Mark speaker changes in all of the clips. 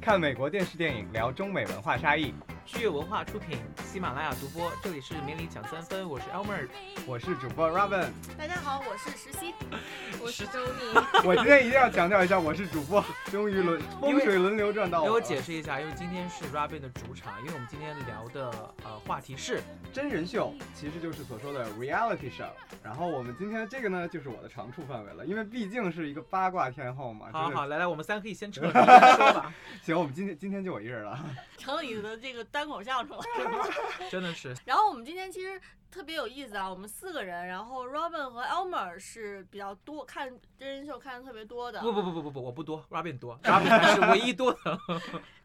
Speaker 1: 看美国电视电影，聊中美文化差异。
Speaker 2: 旭月文化出品，喜马拉雅独播。这里是明理讲三分，我是 Elmer。
Speaker 1: 我是主播 Robin，
Speaker 3: 大家好，我是石 溪，我是周妮。
Speaker 1: 我今天一定要强调一下，我是主播，终于轮风水轮流转到
Speaker 2: 给
Speaker 1: 我
Speaker 2: 我
Speaker 1: 了。
Speaker 2: 解释一下，因为今天是 Robin 的主场，因为我们今天聊的呃话题是
Speaker 1: 真人秀其实就是所说的 reality show，然后我们今天这个呢，就是我的长处范围了，因为毕竟是一个八卦天后嘛。
Speaker 2: 好
Speaker 1: 就是
Speaker 2: 好来来，我们三可以先 撤，你先说吧。
Speaker 1: 行，我们今天今天就我一人 了。
Speaker 3: 城里的这个单口相 声了。
Speaker 2: 真的是，
Speaker 3: 然后我们今天其实特别有意思啊，我们四个人，然后 Robin 和 Elmer 是比较多看真人秀看的特别多的。
Speaker 2: 不不不不不不，我不多 ，Robin 多，Robin 还是唯一多的。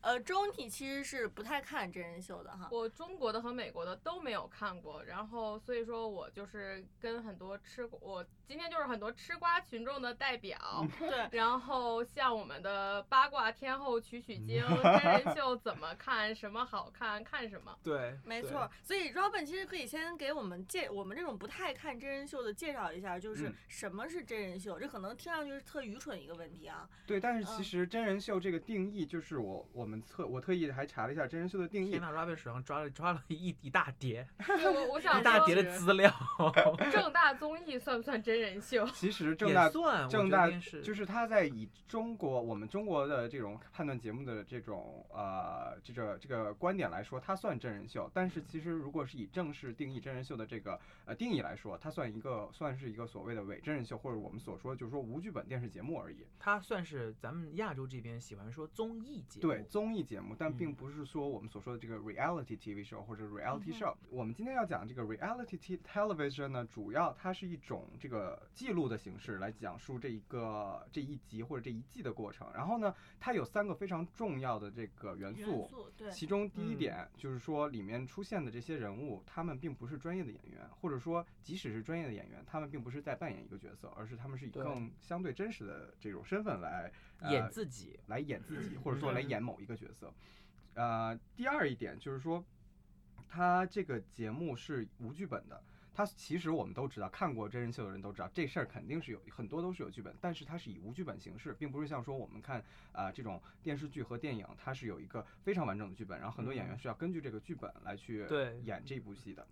Speaker 3: 呃，周妮其实是不太看真人秀的 哈。
Speaker 4: 我中国的和美国的都没有看过，然后所以说我就是跟很多吃瓜，我今天就是很多吃瓜群众的代表。
Speaker 2: 嗯
Speaker 3: 对，
Speaker 4: 然后像我们的八卦天后取取经，
Speaker 2: 嗯
Speaker 4: 真 人秀怎么看，什么好看，看什么。
Speaker 2: 对，
Speaker 3: 没
Speaker 2: 对
Speaker 3: 错。。所以 Robin 其实可以先给我们介我们这种不太看真人秀的介绍一下，就是
Speaker 1: 嗯
Speaker 3: 什么是真人秀。这可能听上去是特愚蠢一个问题啊。
Speaker 1: 对，但是其
Speaker 3: 嗯
Speaker 1: 实真人秀这个定义，就是我我们特我特意还查了一下真人秀的定义
Speaker 2: 天，呐 r o b i n 手上抓了抓了一一大叠
Speaker 4: 对我我想
Speaker 2: 一大叠的
Speaker 4: 说，
Speaker 2: 资料，
Speaker 4: 正大综艺算不算真人秀？
Speaker 1: 其实 正大
Speaker 2: 也算，我
Speaker 1: 正
Speaker 2: 觉得
Speaker 1: 大
Speaker 2: 应该是
Speaker 1: 就是他在以中国我们中国的这种判断节目的这种呃这个这个观点来说，它算真人秀。但是其实如果是以正式定义真人秀的这个呃定义来说，它算一个算是一个所谓的伪真人秀，或者我们所说就是说无剧本电视节目而已。
Speaker 2: 它算是咱们亚洲这边喜欢说综艺节目。
Speaker 1: 对综艺节目，但并
Speaker 2: 嗯
Speaker 1: 不是说我们所说的这个 reality TV show 或者
Speaker 3: 嗯
Speaker 1: reality
Speaker 3: 哼
Speaker 1: show。我们今天要讲这个 reality t- television 呢，主要它是一种这个记录的形式来讲述这一个这一集或者这一季的过程。然后呢，它有三个非常重要的这个元
Speaker 3: 元
Speaker 1: 素。
Speaker 3: 素对，
Speaker 1: 其中第一
Speaker 2: 嗯
Speaker 1: 点就是说，里面出现的这些人物，他们并不是专业的演员，或者说，即使是专业的演员，他们并不是在扮演一个角色，而是他们是以
Speaker 2: 对
Speaker 1: 更相对真实的这种身份来、呃、
Speaker 2: 演自己，
Speaker 1: 来演自己，或者说来
Speaker 2: 嗯
Speaker 1: 演某一个角色。呃，第二一点就是说，它这个节目是无剧本的。它其实我们都知道，看过真人秀的人都知道，这事儿肯定是有很多都是有剧本，但是它是以无剧本形式，并不是像说我们看啊、呃这种电视剧和电影，它是有一个非常完整的剧本，然后很多演员
Speaker 2: 嗯
Speaker 1: 是要根据这个剧本来去
Speaker 2: 对
Speaker 1: 演这部戏的。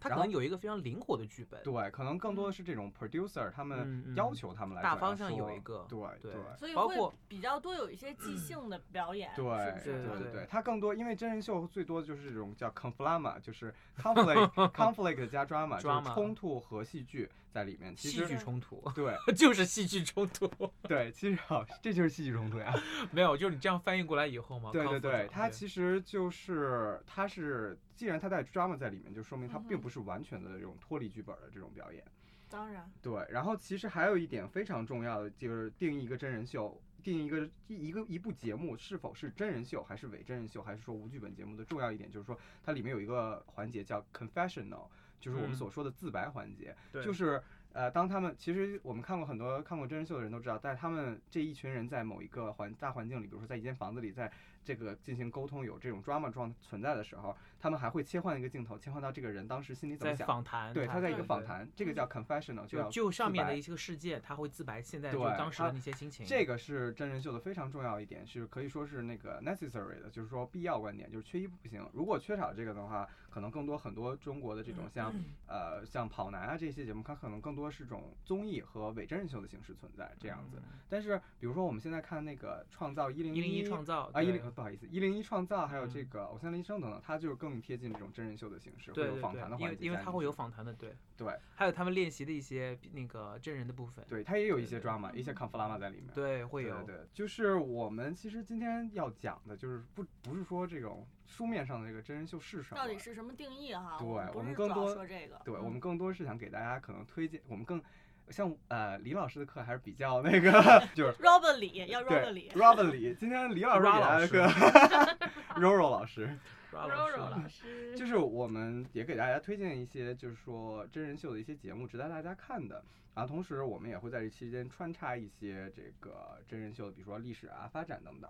Speaker 2: 它可
Speaker 1: 然后
Speaker 2: 能有一个非常灵活的剧本。
Speaker 1: 对，可能更多的是这种 producer 他
Speaker 2: 嗯
Speaker 1: 们
Speaker 2: 嗯
Speaker 1: 要求他们来
Speaker 2: 大
Speaker 1: 怎样
Speaker 2: 方向有
Speaker 1: 说
Speaker 2: 一个
Speaker 1: 对
Speaker 2: 对
Speaker 3: 所以
Speaker 2: 包
Speaker 3: 会
Speaker 2: 括
Speaker 3: 比较多有一些即兴的表演，是
Speaker 1: 对
Speaker 3: 不是
Speaker 1: 对
Speaker 2: 对
Speaker 1: 对，它更多因为真人秀最多的就是这种叫 conflama，就是 conflict conflict 加 drama，就是
Speaker 2: Drama
Speaker 1: 冲突和戏剧在里面。其
Speaker 2: 戏剧
Speaker 1: 实
Speaker 2: 冲突
Speaker 1: 对
Speaker 2: 就是戏剧冲突，
Speaker 1: 对，其实好，这就是戏剧冲突呀。
Speaker 2: 没有，就是你这样翻译过来以后嘛。
Speaker 1: 对对
Speaker 2: 哦 conflict，
Speaker 1: 对，它其实就是它是，既然它带 drama 在里面，就说明它
Speaker 3: 嗯哼
Speaker 1: 并不是完全的这种脱离剧本的这种表演。
Speaker 3: 当然，
Speaker 1: 对，然后其实还有一点非常重要的，就是定义一个真人秀，定义一个一个一部节目是否是真人秀，还是伪真人秀，还是说无剧本节目的重要一点，就是说它里面有一个环节叫 confessional，就是我们
Speaker 2: 嗯
Speaker 1: 所说的自白环节，
Speaker 2: 对
Speaker 1: 就是。呃，当他们其实我们看过很多看过真人秀的人都知道，但是他们这一群人在某一个环大环境里，比如说在一间房子里，在这个进行沟通有这种 drama 状存在的时候，他们还会切换一个镜头，切换到这个人当时心里怎么
Speaker 2: 在
Speaker 1: 想，
Speaker 2: 访谈，
Speaker 1: 对，他在一个
Speaker 3: 对
Speaker 1: 访，谈，这个叫 confessional，
Speaker 2: 就
Speaker 1: 叫
Speaker 2: 就上
Speaker 1: 自
Speaker 2: 面
Speaker 1: 白
Speaker 2: 的一些事件，他会自白现在
Speaker 1: 对
Speaker 2: 就当时
Speaker 1: 它
Speaker 2: 的那些心情。
Speaker 1: 这个是真人秀的非常重要一点，是可以说是那个 necessary 的，就是说必要观点，就是缺一不行。如果缺少这个的话，可能更多很多中国的这
Speaker 2: 嗯
Speaker 1: 种像、呃像跑男啊这些节目，它可能更多是种综艺和伪真人秀的形式存在这样子。但是比如说我们现在看那个创造一零
Speaker 2: 嗯一零一创造
Speaker 1: 啊一
Speaker 2: 对
Speaker 1: 零不好意思一零一创造，还有这
Speaker 2: 嗯
Speaker 1: 个偶像练习生等等，它就是更贴近这种真人秀的形式，会
Speaker 2: 对
Speaker 1: 有
Speaker 2: 对
Speaker 1: 访谈的
Speaker 2: 对，因
Speaker 1: 环
Speaker 2: 为
Speaker 1: 节
Speaker 2: 因为
Speaker 1: 加
Speaker 2: 他
Speaker 1: 进
Speaker 2: 会
Speaker 1: 去
Speaker 2: 有访谈的，对
Speaker 1: 对，
Speaker 2: 还有他们练习的一些那个真人的部分，
Speaker 1: 对，它也有一些
Speaker 2: 对嗯对
Speaker 1: drama，一些 conflama 在里面。
Speaker 2: 对会
Speaker 1: 对
Speaker 2: 有
Speaker 1: 对，就是我们其实今天要讲的，就是不不是说这种书面上的这个真人秀是什么，
Speaker 3: 到底是什么定义哈？
Speaker 1: 对
Speaker 3: 我
Speaker 1: 我们
Speaker 3: 们
Speaker 1: 更
Speaker 3: 不是主要
Speaker 1: 多
Speaker 3: 说这个，
Speaker 1: 对我
Speaker 3: 嗯
Speaker 1: 们更多是想给大家可能推荐，我们更像呃李老师的课还是比较那个 就是
Speaker 3: Robin 李要 Robin
Speaker 1: 对
Speaker 3: 李，
Speaker 1: Robin 李，今天李老师给
Speaker 2: Ra
Speaker 1: 大家的
Speaker 2: 老
Speaker 1: 课，Roro 老师，
Speaker 2: Ra
Speaker 4: 柔
Speaker 2: 老师
Speaker 4: 柔老师
Speaker 1: 就是我们也给大家推荐一些就是说真人秀的一些节目，值得大家看的。然后同时我们也会在这期间穿插一些这个真人秀的，比如说历史啊、发展等等。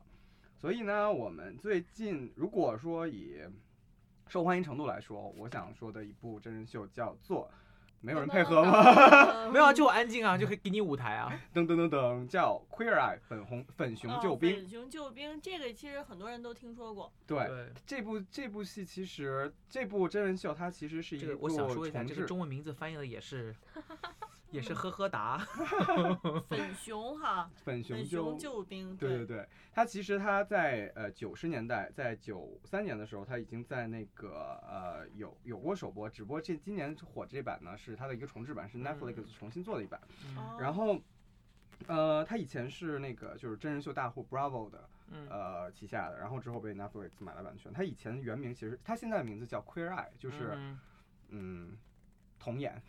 Speaker 1: 所以呢，我们最近如果说以受欢迎程度来说，我想说的一部真人秀叫做没有人配合吗？
Speaker 3: 嗯
Speaker 2: 没有啊，就我安静啊，就可以给你舞台啊。
Speaker 1: 噔噔噔噔，叫 Queer Eye 粉红哦粉熊救兵。
Speaker 3: 粉哦熊救兵这个其实很多人都听说过，
Speaker 1: 对，
Speaker 2: 对，
Speaker 1: 这部这部戏其实这部真人秀它其实是一
Speaker 2: 这
Speaker 1: 部
Speaker 2: 个我想说一下，
Speaker 1: 重
Speaker 2: 这个
Speaker 1: 置
Speaker 2: 中文名字翻译的也是也是呵呵哒。
Speaker 3: 粉熊哈，
Speaker 1: 粉
Speaker 3: 粉
Speaker 1: 熊救
Speaker 3: 熊救兵，
Speaker 1: 对对对，它其实它在呃九十年代，在九三年的时候，它已经在那个呃有有过首播，只不过这今年火这版呢是它的一个重制版，是 Netflix 重新做的一版。
Speaker 3: 哦
Speaker 2: 嗯
Speaker 1: 然后，呃，它以前是那个就是真人秀大户 Bravo 的
Speaker 2: 嗯
Speaker 1: 呃旗下的，然后之后被 Netflix 买了版权。它以前原名其实它现在的名字叫 Queer Eye，就是
Speaker 2: 嗯
Speaker 1: 嗯童眼。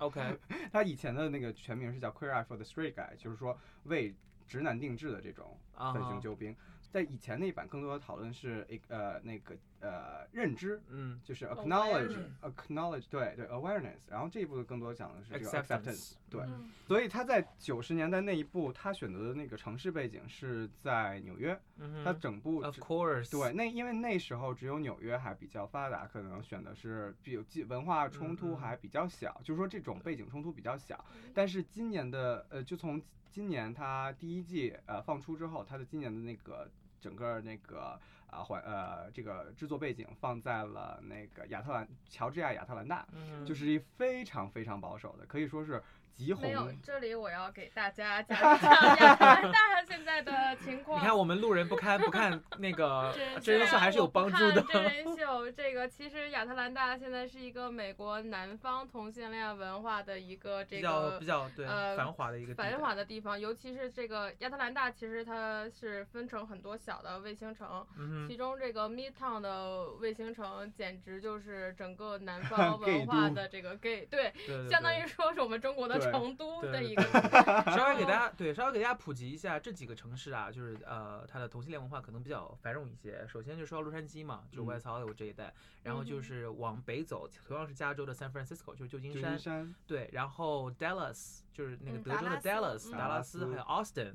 Speaker 2: OK，
Speaker 1: 它以前的那个全名是叫 Queer Eye for the Straight Guy，就是说为直男定制的这种。
Speaker 2: 啊
Speaker 1: 粉熊救兵。在以前那一版，更多的讨论是呃那个呃认知，
Speaker 2: 嗯
Speaker 1: 就是
Speaker 4: Awareness
Speaker 1: acknowledge acknowledge 对对 awareness，然后这一部更多讲的是这个 acceptance
Speaker 2: acceptance
Speaker 1: 对，
Speaker 3: 嗯
Speaker 1: 所以他在九十年代那一部，他选择的那个城市背景是在纽约，
Speaker 2: 嗯
Speaker 1: 他
Speaker 2: 哼
Speaker 1: 整部
Speaker 2: ，Of
Speaker 1: 只
Speaker 2: course，
Speaker 1: 对，那因为那时候只有纽约还比较发达，可能选的是比有既文化冲
Speaker 2: 嗯
Speaker 1: 突
Speaker 2: 嗯
Speaker 1: 还比较小，就是说这种背景冲突比较小。但是今年的呃，就从今年它第一季呃放出之后，它的今年的那个整个那个啊环呃这个制作背景放在了那个亚特兰乔治亚亚特兰大，
Speaker 2: 嗯，
Speaker 1: 就是一非常非常保守的，可以说是极红
Speaker 4: 没有，这里我要给大家讲一讲亚 特兰大现在的情况。
Speaker 2: 你看我们路人不看不看那 个
Speaker 3: 真
Speaker 2: 真人秀还是有帮助的
Speaker 4: 虽。然我不看真人秀这个，其实亚特兰大现在是一个美国南方同性恋文化的一个这
Speaker 2: 比较
Speaker 4: 个
Speaker 2: 比较对
Speaker 4: 呃
Speaker 2: 繁华的一个地带
Speaker 4: 繁华的地方，尤其是这个亚特兰大，其实它是分成很多小的卫星城，
Speaker 2: 嗯
Speaker 4: 其
Speaker 2: 哼
Speaker 4: 中这个 Midtown 的卫星城简直就是整个 南方
Speaker 1: Gay
Speaker 4: 文化
Speaker 1: 都
Speaker 4: 的这个 gay，对，
Speaker 2: 对对对，
Speaker 4: 相当于说是我们中国的
Speaker 1: 对
Speaker 4: 成都
Speaker 2: 对
Speaker 4: 的
Speaker 2: 对
Speaker 4: 一个哦
Speaker 2: 稍微给大家对稍微给大家普及一下这几个城市啊，就是呃它的同性恋文化可能比较繁荣一些。首先就说到洛杉矶嘛，就是
Speaker 1: 嗯
Speaker 2: West Hollywood 这一带，然后
Speaker 4: 嗯
Speaker 2: 就
Speaker 4: 哼
Speaker 2: 是往北走，同样是加州的 San Francisco，就是旧金
Speaker 1: 旧
Speaker 2: 山
Speaker 1: 金，山
Speaker 2: 对，然后 Dallas 就是那个
Speaker 3: 嗯
Speaker 2: 德州的
Speaker 3: 达拉斯
Speaker 2: Dallas，
Speaker 3: 嗯
Speaker 2: 达拉斯
Speaker 1: 达
Speaker 2: 还有 Austin，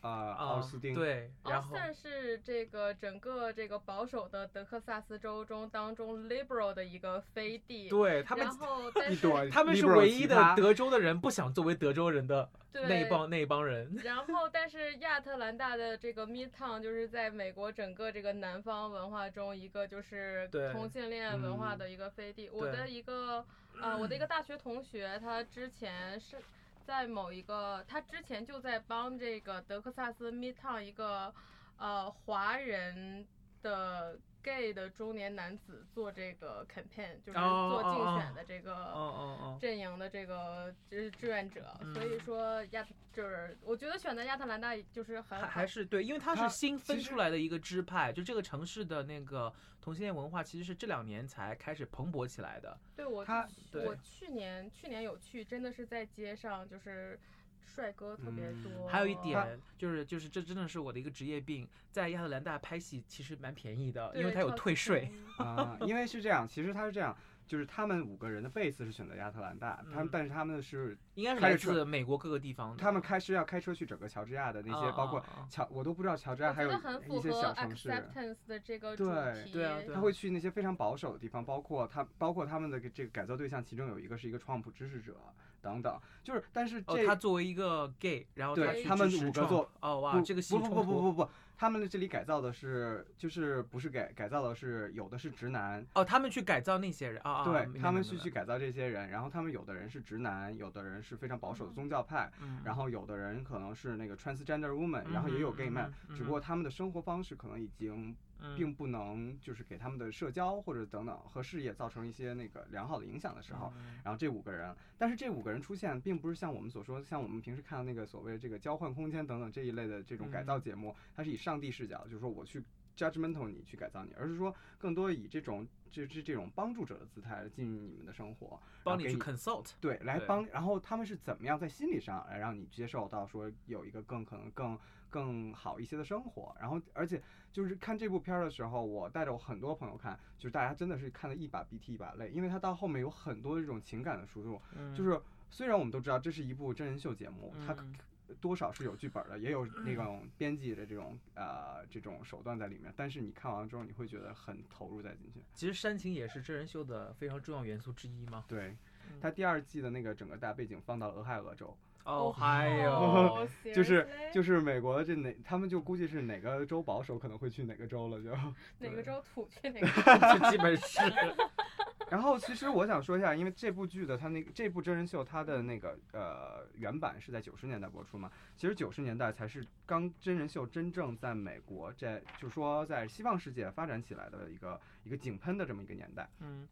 Speaker 1: 啊
Speaker 2: 啊
Speaker 1: 奥斯汀
Speaker 2: 对，然后
Speaker 4: Austin 是这个整个这个保守的德克萨斯州中当中 liberal 的一个飞地，
Speaker 2: 对他们
Speaker 4: 然。后但
Speaker 1: 一
Speaker 4: 是
Speaker 1: 朵
Speaker 2: 他们是
Speaker 1: liberal
Speaker 2: 唯一
Speaker 1: 奇
Speaker 2: 的
Speaker 1: 葩
Speaker 2: 德州的人不想作为德州人的那一
Speaker 4: 对。
Speaker 2: 帮那一帮 人，
Speaker 4: 然后，但是亚特兰大的这个 Midtown 就是在美国整个这个南方文化中一个就是
Speaker 2: 对
Speaker 4: 同性恋文化
Speaker 1: 嗯
Speaker 4: 的一个飞地。我
Speaker 2: 对
Speaker 4: 的一个呃，我的一个大学同学，他之前是在某一个，他之前就在帮这个德克萨斯 Midtown 一个呃华人的 gay 的中年男子做这个 campaign，就是
Speaker 2: 哦
Speaker 4: 做竞
Speaker 2: 哦
Speaker 4: 选
Speaker 2: 哦
Speaker 4: 的这个。
Speaker 2: 哦哦
Speaker 4: 阵营的这个就是志愿者，
Speaker 2: 嗯
Speaker 4: 所以说亚就是我觉得选择亚特兰大就是
Speaker 2: 哦，
Speaker 4: 很
Speaker 2: 还
Speaker 4: 好
Speaker 2: 还是对，因为它
Speaker 1: 它
Speaker 2: 是新
Speaker 1: 其
Speaker 2: 分
Speaker 1: 实
Speaker 2: 出来的一个支派，就这个城市的那个同性恋文化其实是这两年才开始蓬勃起来的。
Speaker 4: 对我
Speaker 1: 他
Speaker 4: 我
Speaker 2: 对
Speaker 4: 去年去年有去，真的是在街上就是帅哥特别多，啊
Speaker 1: 嗯
Speaker 2: 还有一点就是就是这真的是我的一个职业病，在亚特兰大拍戏其实蛮便宜的，
Speaker 4: 对，
Speaker 2: 因为它有
Speaker 4: 超级
Speaker 2: 退税。
Speaker 4: 便宜，
Speaker 1: 啊，因为是这样，其实他是这样。就是他们五个人的贝斯是选择亚特兰大，他们
Speaker 2: 嗯
Speaker 1: 但是他们是
Speaker 2: 应该是
Speaker 1: 开
Speaker 2: 来
Speaker 1: 着车
Speaker 2: 自美国各个地方的。
Speaker 1: 他们开是要开车去整个乔治亚的那些，包括
Speaker 2: 啊啊啊
Speaker 1: 乔，我都不知道乔治
Speaker 4: 我
Speaker 1: 亚
Speaker 4: 觉
Speaker 1: 还有
Speaker 4: 得很符
Speaker 1: 一些
Speaker 4: 合
Speaker 1: 小城市，
Speaker 4: acceptance 的这个主
Speaker 1: 对
Speaker 4: 题，
Speaker 2: 对啊对
Speaker 1: 他
Speaker 2: 啊
Speaker 1: 会去那些非常保守的地方，包括他，包括他们的这个改造对象，其中有一个是一个川普支持者等等，就是但是
Speaker 2: 哦
Speaker 1: 这、，
Speaker 2: 他作为一个 gay，然后
Speaker 1: 对
Speaker 2: 去
Speaker 1: 他们
Speaker 2: 支持
Speaker 1: 五个
Speaker 2: Trump
Speaker 1: 做
Speaker 2: 哦
Speaker 1: 不
Speaker 2: 哇，这个
Speaker 1: 不
Speaker 2: 新
Speaker 1: 不
Speaker 2: 冲
Speaker 1: 不不
Speaker 2: 突
Speaker 1: 不不，他们这里改造的是就是不是改改造的是有的是直男，
Speaker 2: 哦，他们去改造那些人啊，啊
Speaker 1: 对
Speaker 2: 明白
Speaker 1: 他们
Speaker 2: 明白
Speaker 1: 是去
Speaker 2: 明白
Speaker 1: 改造这些人，然后他们有的人是直男，有的人是非常保守的
Speaker 4: 嗯
Speaker 1: 宗教派，
Speaker 2: 嗯
Speaker 1: 然后有的人可能是那个 transgender woman，然后也有 gay
Speaker 2: 嗯哼
Speaker 1: man，、
Speaker 2: 嗯
Speaker 1: 只不过他们的生活方式可能已经
Speaker 2: 嗯
Speaker 1: 并不能就是给他们的社交或者等等和事业造成一些那个良好的影响的时候，
Speaker 2: 嗯
Speaker 1: 然后这五个人，但是这五个人出现，并不是像我们所说，像我们平时看到那个所谓的这个交换空间等等这一类的这种改造节目，它是以上帝视角，就是说我去 judgmental 你去改造你，而是说更多以这种这这这种帮助者的姿态进入你们的生活，然
Speaker 2: 帮
Speaker 1: 后
Speaker 2: 你
Speaker 1: 给
Speaker 2: 去
Speaker 1: 你
Speaker 2: consult，
Speaker 1: 对，来
Speaker 2: 对
Speaker 1: 帮，然后他们是怎么样在心理上来让你接受到说有一个更可能更更好一些的生活，然后而且就是看这部片儿的时候，我带着我很多朋友看，就是大家真的是看的一把鼻涕一把泪，因为它到后面有很多这种情感的输入，
Speaker 2: 嗯
Speaker 1: 就是虽然我们都知道这是一部真人秀节目，它
Speaker 2: 嗯
Speaker 1: 多少是有剧本儿的，也有那种编辑的这种呃这种手段在里面，但是你看完之后你会觉得很投入在进去，
Speaker 2: 其实煽情也是真人秀的非常重要元素之一嘛。
Speaker 1: 对，
Speaker 2: 嗯
Speaker 1: 它第二季的那个整个大背景放到了俄亥俄州，
Speaker 2: 哦，
Speaker 4: ，Oh,
Speaker 2: 还
Speaker 4: 还
Speaker 2: 有，
Speaker 1: 哦
Speaker 4: 有
Speaker 1: 就是就是美国这哪，他们就估计是哪个州保守可能会去哪个州了就。
Speaker 4: 哪个
Speaker 2: 对
Speaker 4: 州土去哪个州，
Speaker 2: 这基本是
Speaker 1: 然后其实我想说一下，因为这部剧的它那个这部真人秀它的那个呃原版是在九十年代播出嘛，其实九十年代才是刚真人秀真正在美国这就是说在西方世界发展起来的一个一个井喷的这么一个年代。
Speaker 2: 嗯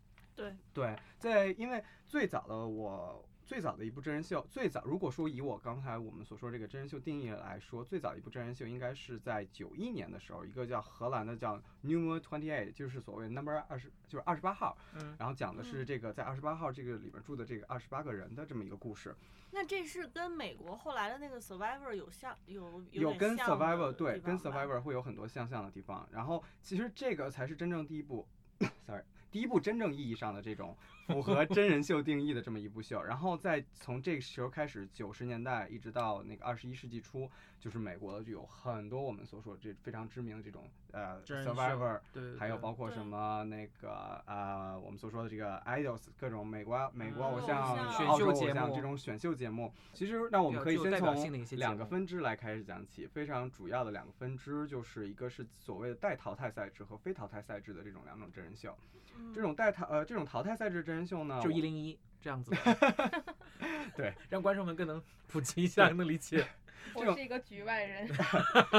Speaker 1: 对，在因为最早的我最早的一部真人秀，最早如果说以我刚才我们所说这个真人秀定义来说，最早一部真人秀应该是在九一年的时候，一个叫荷兰的叫 Number Twenty Eight，就是所谓 Number 二十，就是二十八号，
Speaker 2: 嗯，
Speaker 1: 然后讲的是
Speaker 3: 嗯
Speaker 1: 这个在二十八号这个里边住的这个二十八个人的这么一个故事，
Speaker 3: 那这是跟美国后来的那个 Survivor 有像有
Speaker 1: 有
Speaker 3: 点
Speaker 1: 跟
Speaker 3: 像的
Speaker 1: Survivor 对
Speaker 3: 地
Speaker 1: 跟
Speaker 3: 方吧
Speaker 1: Survivor 会有很多相像的地方，然后其实这个才是真正第一部 ，sorry，第一部真正意义上的这种符合真人秀定义的这么一部秀，然后再从这个时候开始，九十年代一直到那个二十一世纪初，就是美国的就有很多我们所说这非常知名的这种呃
Speaker 2: 真人秀
Speaker 1: Survivor
Speaker 2: 对，对
Speaker 1: 还有
Speaker 2: 对
Speaker 1: 包括什
Speaker 3: 对
Speaker 1: 么那个呃，我们所说的这个 idols 各种美国美国
Speaker 2: 嗯
Speaker 1: 偶
Speaker 2: 偶
Speaker 1: 像、
Speaker 3: 像
Speaker 1: 澳洲偶
Speaker 2: 选秀节
Speaker 1: 像
Speaker 2: 目
Speaker 1: 这种选秀节目，其实那我们
Speaker 2: 比较
Speaker 1: 可以
Speaker 2: 具有
Speaker 1: 先
Speaker 2: 代表性的一些
Speaker 1: 从
Speaker 2: 节
Speaker 1: 两个
Speaker 2: 目
Speaker 1: 分支来开始讲起。非常主要的两个分支就是一个是所谓的带淘汰赛制和非淘汰赛制的这种两种真人秀。
Speaker 3: 嗯
Speaker 1: 这种带淘呃这种淘汰赛制真人秀呢，
Speaker 2: 就
Speaker 1: 我，
Speaker 2: 一零一这样子的
Speaker 1: 对，
Speaker 2: 让观众们更能普及一下，更能理解。
Speaker 1: 这
Speaker 4: 我
Speaker 1: 种
Speaker 4: 是一个局外人。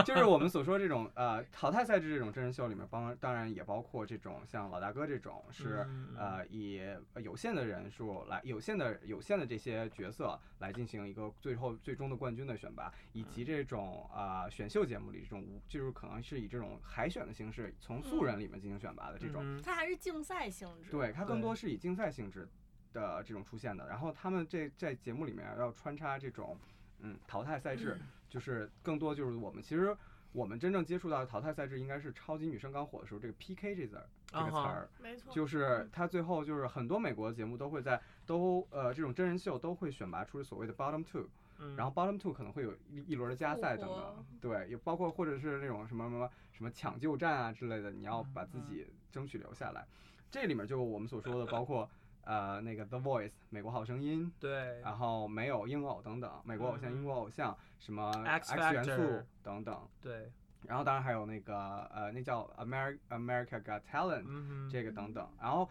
Speaker 1: 就是我们所说这种呃淘汰赛制这种真人秀里面，帮当然也包括这种像老大哥这种是。
Speaker 2: 嗯，
Speaker 1: 呃，以呃有限的人数来有限的有限的这些角色来进行一个最后最终的冠军的选拔，以
Speaker 2: 嗯
Speaker 1: 及这种啊、呃选秀节目里这种无就是可能是以这种海选的形式从素人里面进行选拔的这种，
Speaker 2: 嗯
Speaker 3: 它还是竞赛性质。
Speaker 1: 对它更多
Speaker 2: 对
Speaker 1: 是以竞赛性质的这种出现的。然后他们这在节目里面要穿插这种嗯淘汰赛制，就是更多就是我们其实。我们真正接触到的淘汰赛制应该是《超级女声》刚火的时候，这个 PK 这字儿这个
Speaker 2: 啊
Speaker 1: 词
Speaker 2: 哈
Speaker 1: 儿，
Speaker 3: 没错，
Speaker 1: 就是他最后就是很多美国的节目都会在都呃这种真人秀都会选拔出所谓的 bottom two，
Speaker 2: 嗯
Speaker 1: 然后 bottom two 可能会有一一轮的加赛等
Speaker 4: 复活
Speaker 1: 等，对，也包括或者是那种什么什么什么抢救战啊之类的，你
Speaker 2: 嗯
Speaker 1: 要把自己争取留下来。这里面就我们所说的包括呃那个 The Voice 美国好声音，
Speaker 2: 对，
Speaker 1: 然后没有英偶等等，美国偶像、
Speaker 2: 嗯
Speaker 1: 英国偶像什么
Speaker 2: X
Speaker 1: 元
Speaker 2: Factor
Speaker 1: 素等等，
Speaker 2: 对，
Speaker 1: 然后当然还有那个呃那叫 America America Got Talent、
Speaker 2: 嗯哼，
Speaker 1: 这个等等，然后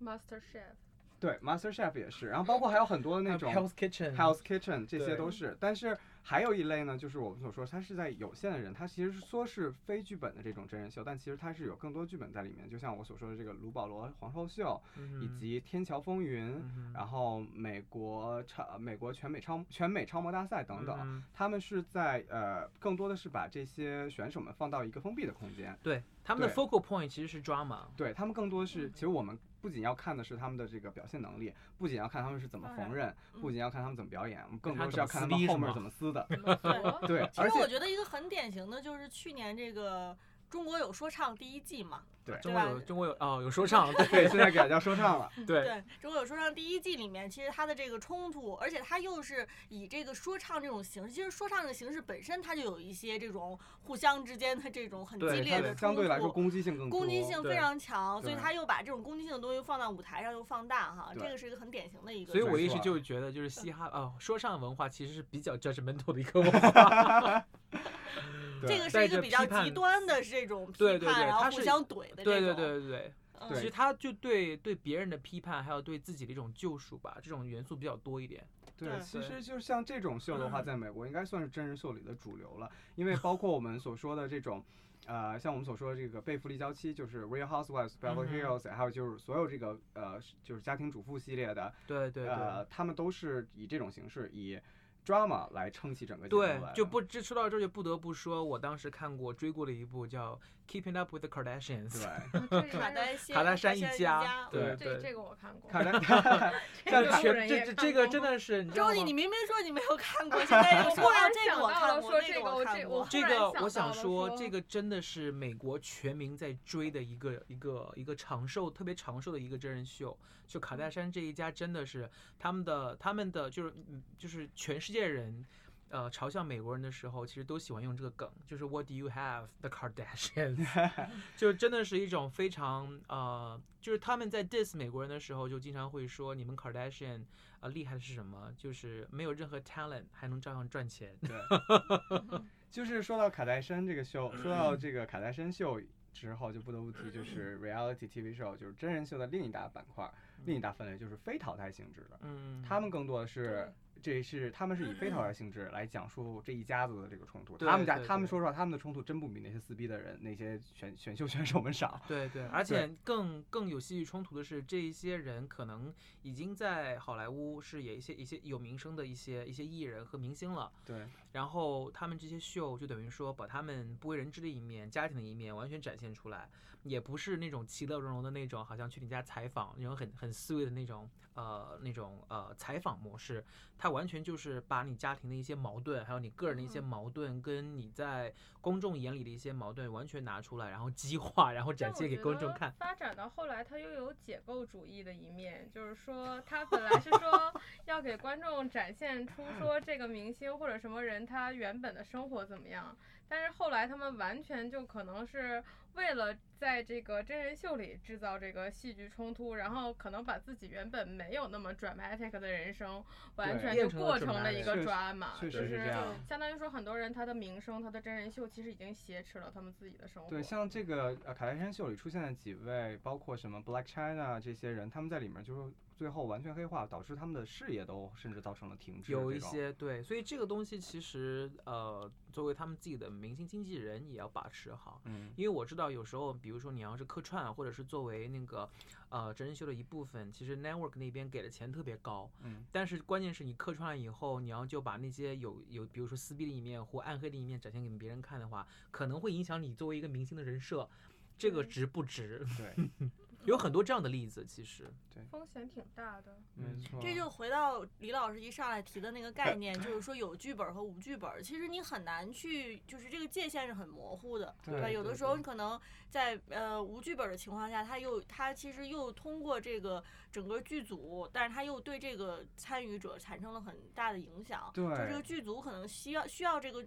Speaker 4: Master Chef，
Speaker 1: 对，Master Chef 也是，然后包括还有很多的
Speaker 2: 还
Speaker 1: 那
Speaker 2: 有
Speaker 1: 种
Speaker 2: Hell's Kitchen，
Speaker 1: House Kitchen 这些
Speaker 2: 对
Speaker 1: 都是，但是还有一类呢，就是我们所说，它是在有限的人，它其实说是非剧本的这种真人秀，但其实它是有更多剧本在里面，就像我所说的这个卢保罗皇后秀，以
Speaker 2: 嗯
Speaker 1: 及天桥风云，然
Speaker 2: 后
Speaker 1: 后美国超美国全美超全美超模大赛等
Speaker 2: 嗯
Speaker 1: 等，他们是在呃更多的是把这些选手们放到一个封闭的空间，
Speaker 2: 对，他们的
Speaker 1: 对
Speaker 2: focal point 其实是 drama，
Speaker 1: 对他们更多
Speaker 3: 嗯
Speaker 1: 是，其实我们不仅要看的是他们的这个表现能力，不仅要看他们是怎么
Speaker 4: 当
Speaker 1: 缝纫，
Speaker 3: 嗯
Speaker 1: 不仅要看他们怎么表演，我们更
Speaker 2: 看
Speaker 1: 多
Speaker 2: 他
Speaker 1: 是要
Speaker 2: 怎
Speaker 1: 看
Speaker 2: 么
Speaker 1: 他
Speaker 2: 撕逼
Speaker 1: 们后
Speaker 2: 是
Speaker 1: 面
Speaker 2: 吗
Speaker 1: 怎么撕的。
Speaker 4: 怎么 做
Speaker 1: 对，
Speaker 3: 其
Speaker 1: 而
Speaker 3: 实我
Speaker 1: 且
Speaker 3: 觉得一个很典型的就是去年这个《中国有说唱》第一季嘛，
Speaker 1: 对
Speaker 2: 中国
Speaker 3: 吧
Speaker 2: 有中国有哦有说唱，对
Speaker 1: 对，现在改叫说唱了。
Speaker 2: 对
Speaker 3: 对《中国有说唱》第一季里面，其实它的这个冲突，而且它又是以这个说唱这种形式，其实说唱的形式本身它就有一些这种互相之间的这种很激
Speaker 2: 对
Speaker 3: 烈
Speaker 1: 它
Speaker 2: 的
Speaker 3: 的
Speaker 1: 的
Speaker 3: 冲
Speaker 1: 相
Speaker 3: 突，
Speaker 1: 对来说攻击性更多。
Speaker 3: 攻击性非
Speaker 2: 对
Speaker 3: 常强，所以
Speaker 1: 对
Speaker 3: 他又把这种攻击性的东西放到舞台上又放大哈，这
Speaker 1: 对
Speaker 3: 个是一个很典型的一个。
Speaker 2: 所以我
Speaker 1: 没
Speaker 2: 一
Speaker 1: 错
Speaker 2: 直
Speaker 1: 啊
Speaker 2: 就觉得，就是嘻哈哦，说唱文化其实是比较 judgmental 的一个文化，
Speaker 1: 对
Speaker 3: 这个是
Speaker 2: 带
Speaker 3: 一个
Speaker 2: 着
Speaker 3: 比较
Speaker 2: 批判
Speaker 3: 极端的这种批判，
Speaker 2: 对对对
Speaker 3: 然后
Speaker 2: 它
Speaker 3: 互
Speaker 2: 是
Speaker 3: 相 怼的这种。
Speaker 2: 对对对对对。
Speaker 3: 嗯
Speaker 2: 其实他就对对别人的批判，还有对自己的一种救赎吧，这种元素比较多一点。
Speaker 1: 对，
Speaker 3: 对嗯
Speaker 1: 其
Speaker 2: 对
Speaker 1: 实就像这种秀的话，在美国应该算是真人秀里的主流了，因为包括我们所说的这种。呃，像我们所说的这个贝弗利娇妻，就是 Real Housewives、Beverly
Speaker 2: 嗯哼
Speaker 1: Hills，、还有就是所有这个呃，就是家庭主妇系列的，
Speaker 2: 对对对。
Speaker 1: 呃，他们都是以这种形式以 drama 来撑起整个节目
Speaker 2: 对
Speaker 1: 来，
Speaker 2: 就
Speaker 1: 的
Speaker 2: 不这说到这儿就不得不说，我当时看过追过的一部叫《Keeping Up with the Kardashians》，
Speaker 1: 对。
Speaker 4: 啊这
Speaker 3: 卡
Speaker 4: 个
Speaker 3: 戴珊
Speaker 2: 卡戴
Speaker 3: 珊
Speaker 2: 珊一
Speaker 3: 家
Speaker 2: 家。。
Speaker 1: 对
Speaker 4: 这
Speaker 2: 对
Speaker 4: 这个我看过，
Speaker 1: 看 来，
Speaker 2: 但是
Speaker 4: 这个
Speaker 2: 全
Speaker 4: 人
Speaker 2: 这
Speaker 4: 也
Speaker 2: 这
Speaker 4: 看
Speaker 2: 这个
Speaker 4: 过
Speaker 2: 真的是，你知道
Speaker 3: 周
Speaker 2: 吗
Speaker 3: 姐，？你明明说你没有 看过，现在又
Speaker 4: 我突
Speaker 3: 说啊
Speaker 4: 然
Speaker 3: 这
Speaker 4: 想
Speaker 3: 个我
Speaker 4: 到
Speaker 3: 看
Speaker 4: 了
Speaker 3: 过，
Speaker 4: 说
Speaker 3: 那
Speaker 4: 这
Speaker 3: 个
Speaker 4: 个
Speaker 3: 我
Speaker 4: 我
Speaker 3: 看
Speaker 4: 这
Speaker 3: 过
Speaker 4: 我。
Speaker 2: 这
Speaker 4: 突然
Speaker 2: 个
Speaker 4: 想
Speaker 2: 我
Speaker 4: 到
Speaker 2: 想
Speaker 4: 了
Speaker 2: 说，
Speaker 4: 说
Speaker 2: 这个真的是美国全民在追的一个一个一个长寿，特别长寿的一个真人秀。就卡戴珊这一家真的是他们的他们的就是嗯就是全世界人。呃嘲笑美国人的时候，其实都喜欢用这个梗，就是 What do you have the Kardashians？就 真的是一种非常呃，就是他们在 diss 美国人的时候，就经常会说你们 Kardashian 啊、呃厉害的是什么？就是没有任何 talent 还能照样赚钱。
Speaker 1: 就是说到卡戴珊这个秀，说到这个卡戴珊秀之后，就不得不提就是 reality TV show，就是真人秀的另一大板块，另一大分类就是非淘汰性质的。
Speaker 2: 嗯，
Speaker 1: 他们更多的是，这是他们是以非淘汰性质来讲述这一家子的这个冲突。
Speaker 2: 对
Speaker 1: 他们家，
Speaker 2: 对
Speaker 1: 他们
Speaker 2: 对
Speaker 1: 说实话，他们的冲突真不比那些撕逼的人、那些选选秀选手们少。
Speaker 2: 对对，而且更更有戏剧冲突的是，这一些人可能已经在好莱坞是有一些一些有名声的一些一些艺人和明星了，
Speaker 1: 对，
Speaker 2: 然后他们这些秀就等于说把他们不为人知的一面、家庭的一面完全展现出来，也不是那种其乐融融的那种，好像去你家采访那种很很 sweet 的那种呃那种呃采访模式，它完全就是把你家庭的一些矛盾，还有你个人的一些
Speaker 3: 嗯
Speaker 2: 矛盾，跟你在公众眼里的一些矛盾完全拿出来，然后激化，然后展
Speaker 4: 但
Speaker 2: 现
Speaker 4: 我
Speaker 2: 给
Speaker 4: 觉
Speaker 2: 公
Speaker 4: 得
Speaker 2: 众看。
Speaker 4: 发展到后来，他又有解构主义的一面，就是说他本来是说要给观众展现出说这个明星或者什么人他原本的生活怎么样，但是后来他们完全就可能是为了在这个真人秀里制造这个戏剧冲突，然后可能把自己原本没有那么 dramatic 的人生完
Speaker 1: 对
Speaker 4: 全
Speaker 2: 变
Speaker 4: 就
Speaker 2: 成了
Speaker 4: 过成了
Speaker 2: dramatic
Speaker 4: 一个
Speaker 1: 确实
Speaker 4: drama，
Speaker 1: 确
Speaker 4: 就
Speaker 1: 实是这样。
Speaker 4: 相当于说很多人他的名声、他的真人秀其实已经挟持了他们自己的生活。
Speaker 1: 对，像这个呃卡戴珊秀里出现的几位，包括什么 Black China 这些人，他们在里面就是最后完全黑化，导致他们的事业都甚至造成了停滞。
Speaker 2: 有一
Speaker 1: 这种
Speaker 2: 些对，所以这个东西其实呃，作为他们自己的明星经纪人也要把持好，
Speaker 1: 嗯，
Speaker 2: 因为我知道有时候，比如说你要是客串，或者是作为那个呃真人秀的一部分，其实 network 那边给的钱特别高，
Speaker 1: 嗯，
Speaker 2: 但是关键是你客串了以后，你要就把那些有有比如说撕逼的一面或暗黑的一面展现给别人看的话，可能会影响你作为一个明星的人设，这个
Speaker 4: 对
Speaker 2: 值不值？
Speaker 1: 对，
Speaker 2: 有很多这样的例子，其实
Speaker 4: 风险挺大的。
Speaker 1: 没
Speaker 2: 嗯
Speaker 1: 错。
Speaker 3: 这就回到李老师一上来提的那个
Speaker 1: 呃
Speaker 3: 概念，就是说有剧本和无剧本，其实你很难去，就是这个界限是很模糊的，
Speaker 1: 对
Speaker 3: 吧？有
Speaker 2: 对
Speaker 3: 的时候
Speaker 2: 对
Speaker 3: 你可能在呃无剧本的情况下，他又他其实又通过这个整个剧组，但是他又对这个参与者产生了很大的影响。
Speaker 1: 对
Speaker 3: 就这个剧组可能需要需要这个。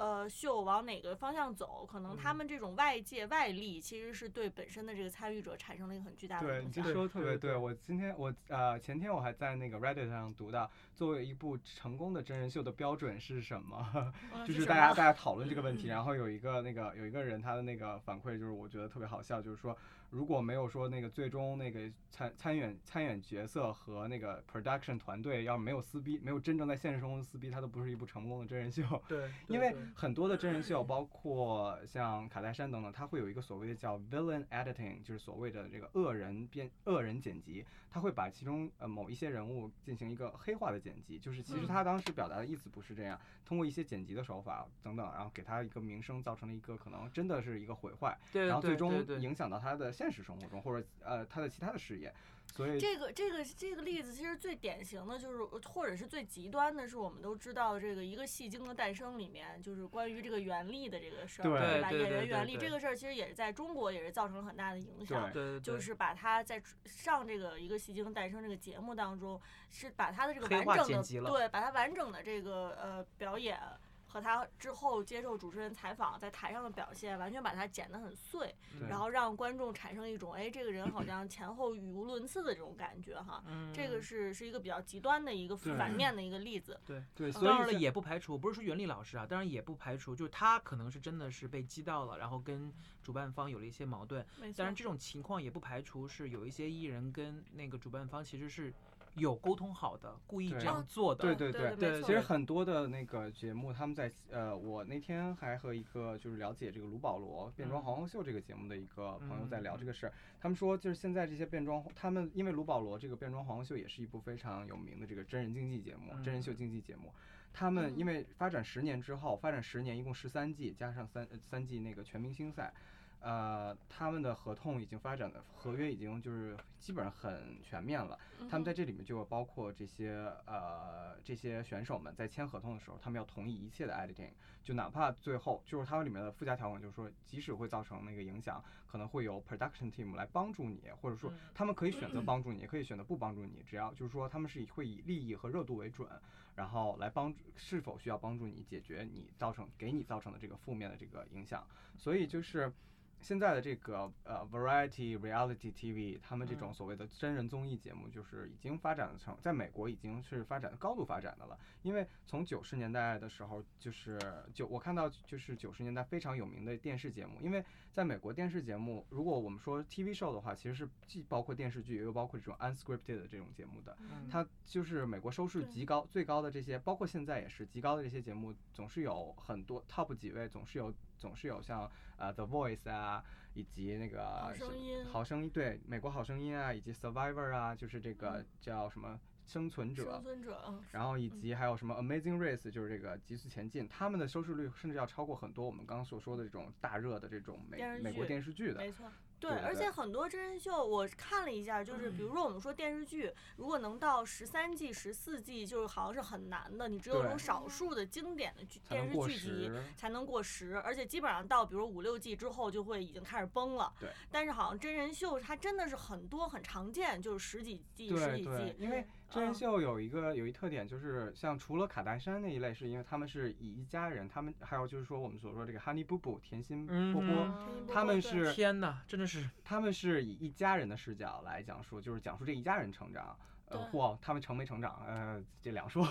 Speaker 3: 呃，秀往哪个方向走？可能他
Speaker 2: 嗯
Speaker 3: 们这种外界外力其实是对本身的这个参与者产生了一个很巨大的
Speaker 1: 对，
Speaker 3: 影
Speaker 1: 你这
Speaker 3: 响。
Speaker 1: 说得特别
Speaker 2: 对对
Speaker 1: 对。我今天我呃前天我还在那个 Reddit 上读到，作为一部成功的真人秀的标准是什么？
Speaker 3: 嗯
Speaker 1: 就是
Speaker 3: 什
Speaker 1: 大家
Speaker 3: 么嗯
Speaker 1: 大家讨论这个问题，然后有一个那个有一个人他的那个反馈就是我觉得特别好笑，就是说如果没有说那个最终那个参参演参演角色和那个 production 团队要没有撕逼，没有真正在现实生活中撕逼，它都不是一部成功的真人秀。
Speaker 2: 对，
Speaker 1: 因为很多的真人秀，包括像卡戴珊等等，它会有一个所谓的叫 villain editing，就是所谓的这个恶人编恶人剪辑，它会把其中呃某一些人物进行一个黑化的剪辑，就是其实
Speaker 3: 嗯
Speaker 1: 他当时表达的意思不是这样，通过一些剪辑的手法等等，然后给他一个名声造成了一个可能真的是一个毁坏，
Speaker 2: 对，
Speaker 1: 然后最
Speaker 2: 对
Speaker 1: 终
Speaker 2: 对对
Speaker 1: 影响到他的现实生活中或者呃他的其他的事业，所以
Speaker 3: 这个这个这个例子其实最典型的就是，或者是最极端的是，我们都知道的这个《一个戏精的诞生》里面，就是关于这个袁立的这个事儿，
Speaker 1: 对
Speaker 3: 吧？
Speaker 2: 对对
Speaker 3: 演
Speaker 2: 对
Speaker 3: 员袁立
Speaker 2: 对
Speaker 3: 这个事儿，其实也是在中国也是造成了很大的影
Speaker 1: 对。
Speaker 3: 响
Speaker 2: 对对
Speaker 3: 就
Speaker 2: 对
Speaker 3: 是把他在上这个《一个戏精的诞生》这个节目当中，是把他的这个
Speaker 2: 黑
Speaker 3: 完
Speaker 2: 化
Speaker 3: 整
Speaker 2: 剪
Speaker 3: 的
Speaker 2: 辑了
Speaker 3: 对，把他完整的这个呃表演和他之后接受主持人采访在台上的表现，完全把它剪得很碎。
Speaker 2: 嗯
Speaker 1: 对
Speaker 3: 然后让观众产生一种哎，这个人好像前后语无伦次的这种感觉哈。
Speaker 2: 嗯
Speaker 3: 这个是是一个比较极端的一个
Speaker 1: 对
Speaker 3: 反面的一个例子。
Speaker 1: 对，所以
Speaker 2: 当然了，
Speaker 1: 像
Speaker 2: 也不排除，不是说袁立老师啊，当然也不排除，就是他可能是真的是被激到了，然后跟主办方有了一些矛盾。
Speaker 3: 没
Speaker 2: 当
Speaker 3: 错
Speaker 2: 然，，这种情况也不排除是有一些艺人跟那个主办方其实是有沟通好的，故意
Speaker 1: 对
Speaker 2: 这样做的。
Speaker 1: 对
Speaker 3: 对
Speaker 1: 对
Speaker 2: 对
Speaker 3: 没错
Speaker 1: 其实很多的那个节目，他们在呃，我那天还和一个就是了解这个卢保罗变装
Speaker 2: 嗯
Speaker 1: 皇后秀这个节目的一个朋友在聊
Speaker 2: 嗯
Speaker 1: 这个事儿，他们说就是现在这些变装，他们因为卢保罗这个变装皇后秀也是一部非常有名的这个真人竞技节目，真人秀
Speaker 2: 嗯
Speaker 1: 竞技节目。他们因
Speaker 3: 嗯
Speaker 1: 为发展十年之后，发展十年一共十三季，加上三呃三季那个全明星赛，呃，他们的合同已经发展的合约已经就是基本上很全面了。
Speaker 4: 嗯
Speaker 1: 他们在这里面就有包括这些呃这些选手们在签合同的时候，他们要同意一切的 editing，就哪怕最后就是它里面的附加条款，就是说即使会造成那个影响，可能会有 production team 来帮助你，或者说
Speaker 2: 嗯
Speaker 1: 他们可以选择帮助你，也可以选择不帮助你，只要就是说他们是以会以利益和热度为准，然后来帮助是否需要帮助你解决你造成给你造成的这个负面的这个影响，所以就是。现在的这个呃 variety reality TV，他们这种所谓的真人综艺节目，就是已经发展成在美国已经是发展高度发展的了。因为从九十年代的时候，就是就我看到就是九十年代非常有名的电视节目，因为在美国电视节目，如果我们说 TV show 的话，其实是既包括电视剧，也有包括这种 unscripted 的这种节目的。
Speaker 2: 嗯
Speaker 1: 它就是美国收视
Speaker 3: 对
Speaker 1: 极高、最高的这些，包括现在也是极高的这些节目，总是有很多 top 几位，总是有总是有像呃 The Voice 啊，以及那个
Speaker 3: 好
Speaker 1: 是
Speaker 3: 声音
Speaker 1: 好声音对美国好声音啊，以及 Survivor 啊，就是这个
Speaker 3: 嗯
Speaker 1: 叫什么生存者，
Speaker 3: 生存者，嗯
Speaker 1: 然后以及还有什么 Amazing Race，就是这个极速前进，他们的收视率甚至要超过很多我们刚刚所说的这种大热的这种美
Speaker 3: 电视
Speaker 1: 美国
Speaker 3: 剧
Speaker 1: 电视剧的。
Speaker 3: 没错。对，
Speaker 1: 对
Speaker 3: 而
Speaker 1: 对嗯
Speaker 3: 且很多真人秀我看了一下，就是比如说我们说电视剧，如果能到十三季、十四季，就是好像是很难的，你只有那
Speaker 1: 对
Speaker 3: 种少数的经典的剧
Speaker 1: 才
Speaker 3: 电
Speaker 1: 能
Speaker 3: 视
Speaker 1: 过
Speaker 3: 剧集
Speaker 1: 时
Speaker 3: 才能过十，而且基本上到比如五六季之后就会已经开始崩了。
Speaker 1: 对，
Speaker 3: 但是好像真人秀它真的是很多很常见，就是十几季、十
Speaker 1: 对
Speaker 3: 几
Speaker 1: 对，
Speaker 3: 季。嗯
Speaker 1: 因为真人秀有一个有一特点，就是像除了卡戴珊那一类，是因为他们是以一家人，他们还有就是说我们所说这个 Honey Boo Boo 甜心波波，
Speaker 2: 嗯
Speaker 3: 听
Speaker 1: 他
Speaker 3: 波
Speaker 1: 们
Speaker 3: 对
Speaker 1: 是
Speaker 2: 天哪，真的是
Speaker 1: 他们是以一家人的视角来讲述，就是讲述这一家人成长，呃，
Speaker 3: 对
Speaker 1: 或他们成没成长，呃，这两 说。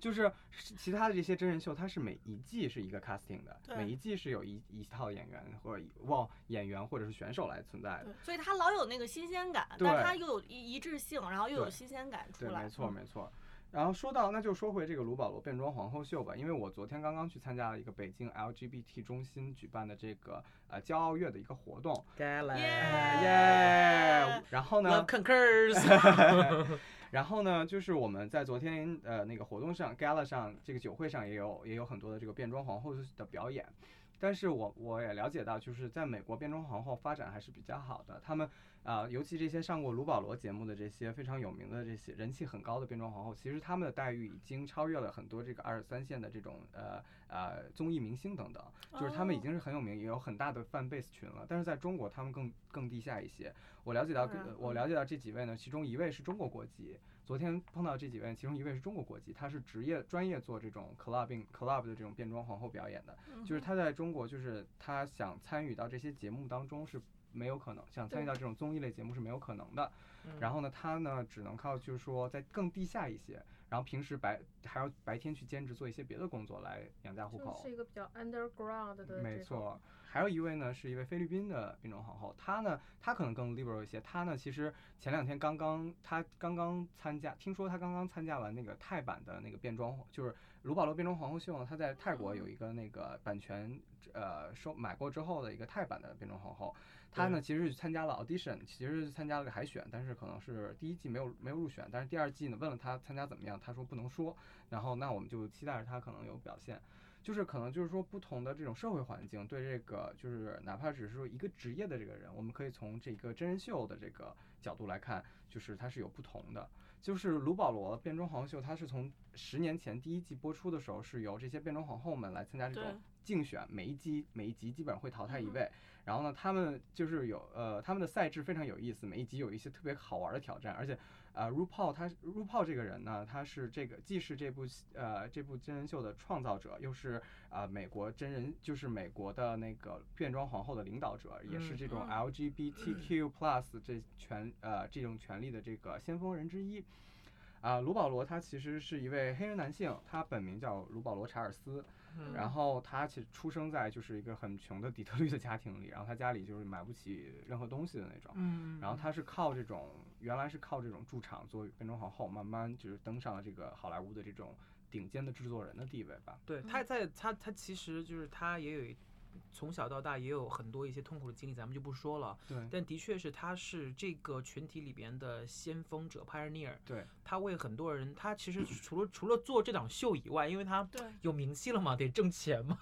Speaker 1: 就是是其他的这些真人秀，它是每一季是一个 casting 的，
Speaker 3: 对
Speaker 1: 每一季是有一一套演员或者哇演员或者是选手来存在的
Speaker 3: 对。所以它老有那个新鲜感，但
Speaker 1: 对
Speaker 3: 它又有一一致性，然后又有
Speaker 1: 对
Speaker 3: 新鲜感出
Speaker 1: 对，
Speaker 3: 来。
Speaker 1: 没错
Speaker 3: 嗯
Speaker 1: 没错。然后说到，那就说回这个卢保罗变装皇后秀吧，因为我昨天刚刚去参加了一个北京 LGBT 中心举办的这个呃骄傲月的一个活动，
Speaker 2: 该来
Speaker 3: 哎
Speaker 1: 耶！然后呢
Speaker 2: Love，concurs，
Speaker 1: 然后呢，就是我们在昨天呃那个活动上 gala 上这个酒会上也有也有很多的这个变装皇后的表演，但是我我也了解到，就是在美国变装皇后发展还是比较好的，他们啊、呃尤其这些上过卢保罗节目的这些非常有名的这些人气很高的变装皇后，其实他们的待遇已经超越了很多这个二三线的这种呃呃综艺明星等等，就是他们已经是很有名，也有很大的 fan base 群了，但是在中国他们更更地下一些。我了解到，
Speaker 3: 当然
Speaker 1: 呃我
Speaker 3: 嗯
Speaker 1: 了解到这几位呢，其中一位是中国国籍。昨天碰到这几位，其中一位是中国国籍，他是职业专业做这种 clubbing club 的这种变装皇后表演的，
Speaker 3: 嗯
Speaker 1: 就是他在中国，就是他想参与到这些节目当中是没有可能，想参与到这种综艺类节目是没有可能的。
Speaker 2: 嗯
Speaker 1: 然后呢，他呢只能靠就是说在更地下一些，然后平时白还要白天去兼职做一些别的工作来养家糊
Speaker 4: 就
Speaker 1: 口
Speaker 4: 是。一个比较 underground 的这种，
Speaker 1: 没错，还有一位呢是一位菲律宾的变种皇后，她呢她可能更 liberal 一些，她呢其实前两天刚刚她刚刚参加，听说她刚刚参加完那个泰版的那个变装，就是卢保罗变装皇后秀呢，她在泰国有一个那个版权呃收买过之后的一个泰版的变装皇后，她呢其实是参加了 audition，其实是参加了个海选，但是可能是第一季没有没有入选，但是第二季呢问了她参加怎么样，她说不能说，然后那我们就期待着她可能有表现。就是可能就是说不同的这种社会环境对这个就是哪怕只是说一个职业的这个人，我们可以从这个真人秀的这个角度来看，就是它是有不同的。就是卢保罗变装皇后秀，它是从十年前第一季播出的时候，是由这些变装皇后们来参加这
Speaker 3: 对
Speaker 1: 种竞选，每一集每一集基本上会淘汰一位。然后呢，他们就是有呃，他们的赛制非常有意思，每一集有一些特别好玩的挑战，而且呃，RuPaul 他 RuPaul 这个人呢，他是这个既是这部呃这部真人秀的创造者，又是啊，美国真人就是美国的那个变装皇后的领导者，也是
Speaker 2: 嗯
Speaker 1: 这种
Speaker 3: 嗯
Speaker 1: LGBTQ plus 这权呃这种权利的这个先锋人之一。啊，卢保罗他其实是一位黑人男性，他本名叫卢保罗·查尔斯，
Speaker 2: 嗯
Speaker 1: 然后他其实出生在就是一个很穷的底特律的家庭里，然后他家里就是买不起任何东西的那种，
Speaker 2: 嗯，
Speaker 1: 然后他是靠这种，原来是靠这种驻场做变装皇后，慢慢就是登上了这个好莱坞的这种顶尖的制作人的地位吧。
Speaker 2: 对他在他他其实就是他也有一从小到大也有很多一些痛苦的经历，咱们就不说了。
Speaker 1: 对
Speaker 2: 但的确是，他是这个群体里边的先锋者 pioneer，
Speaker 1: 对，
Speaker 2: 他为很多人，他其实除了除了做这档秀以外，因为他
Speaker 3: 对，
Speaker 2: 有名气了嘛，得挣钱嘛，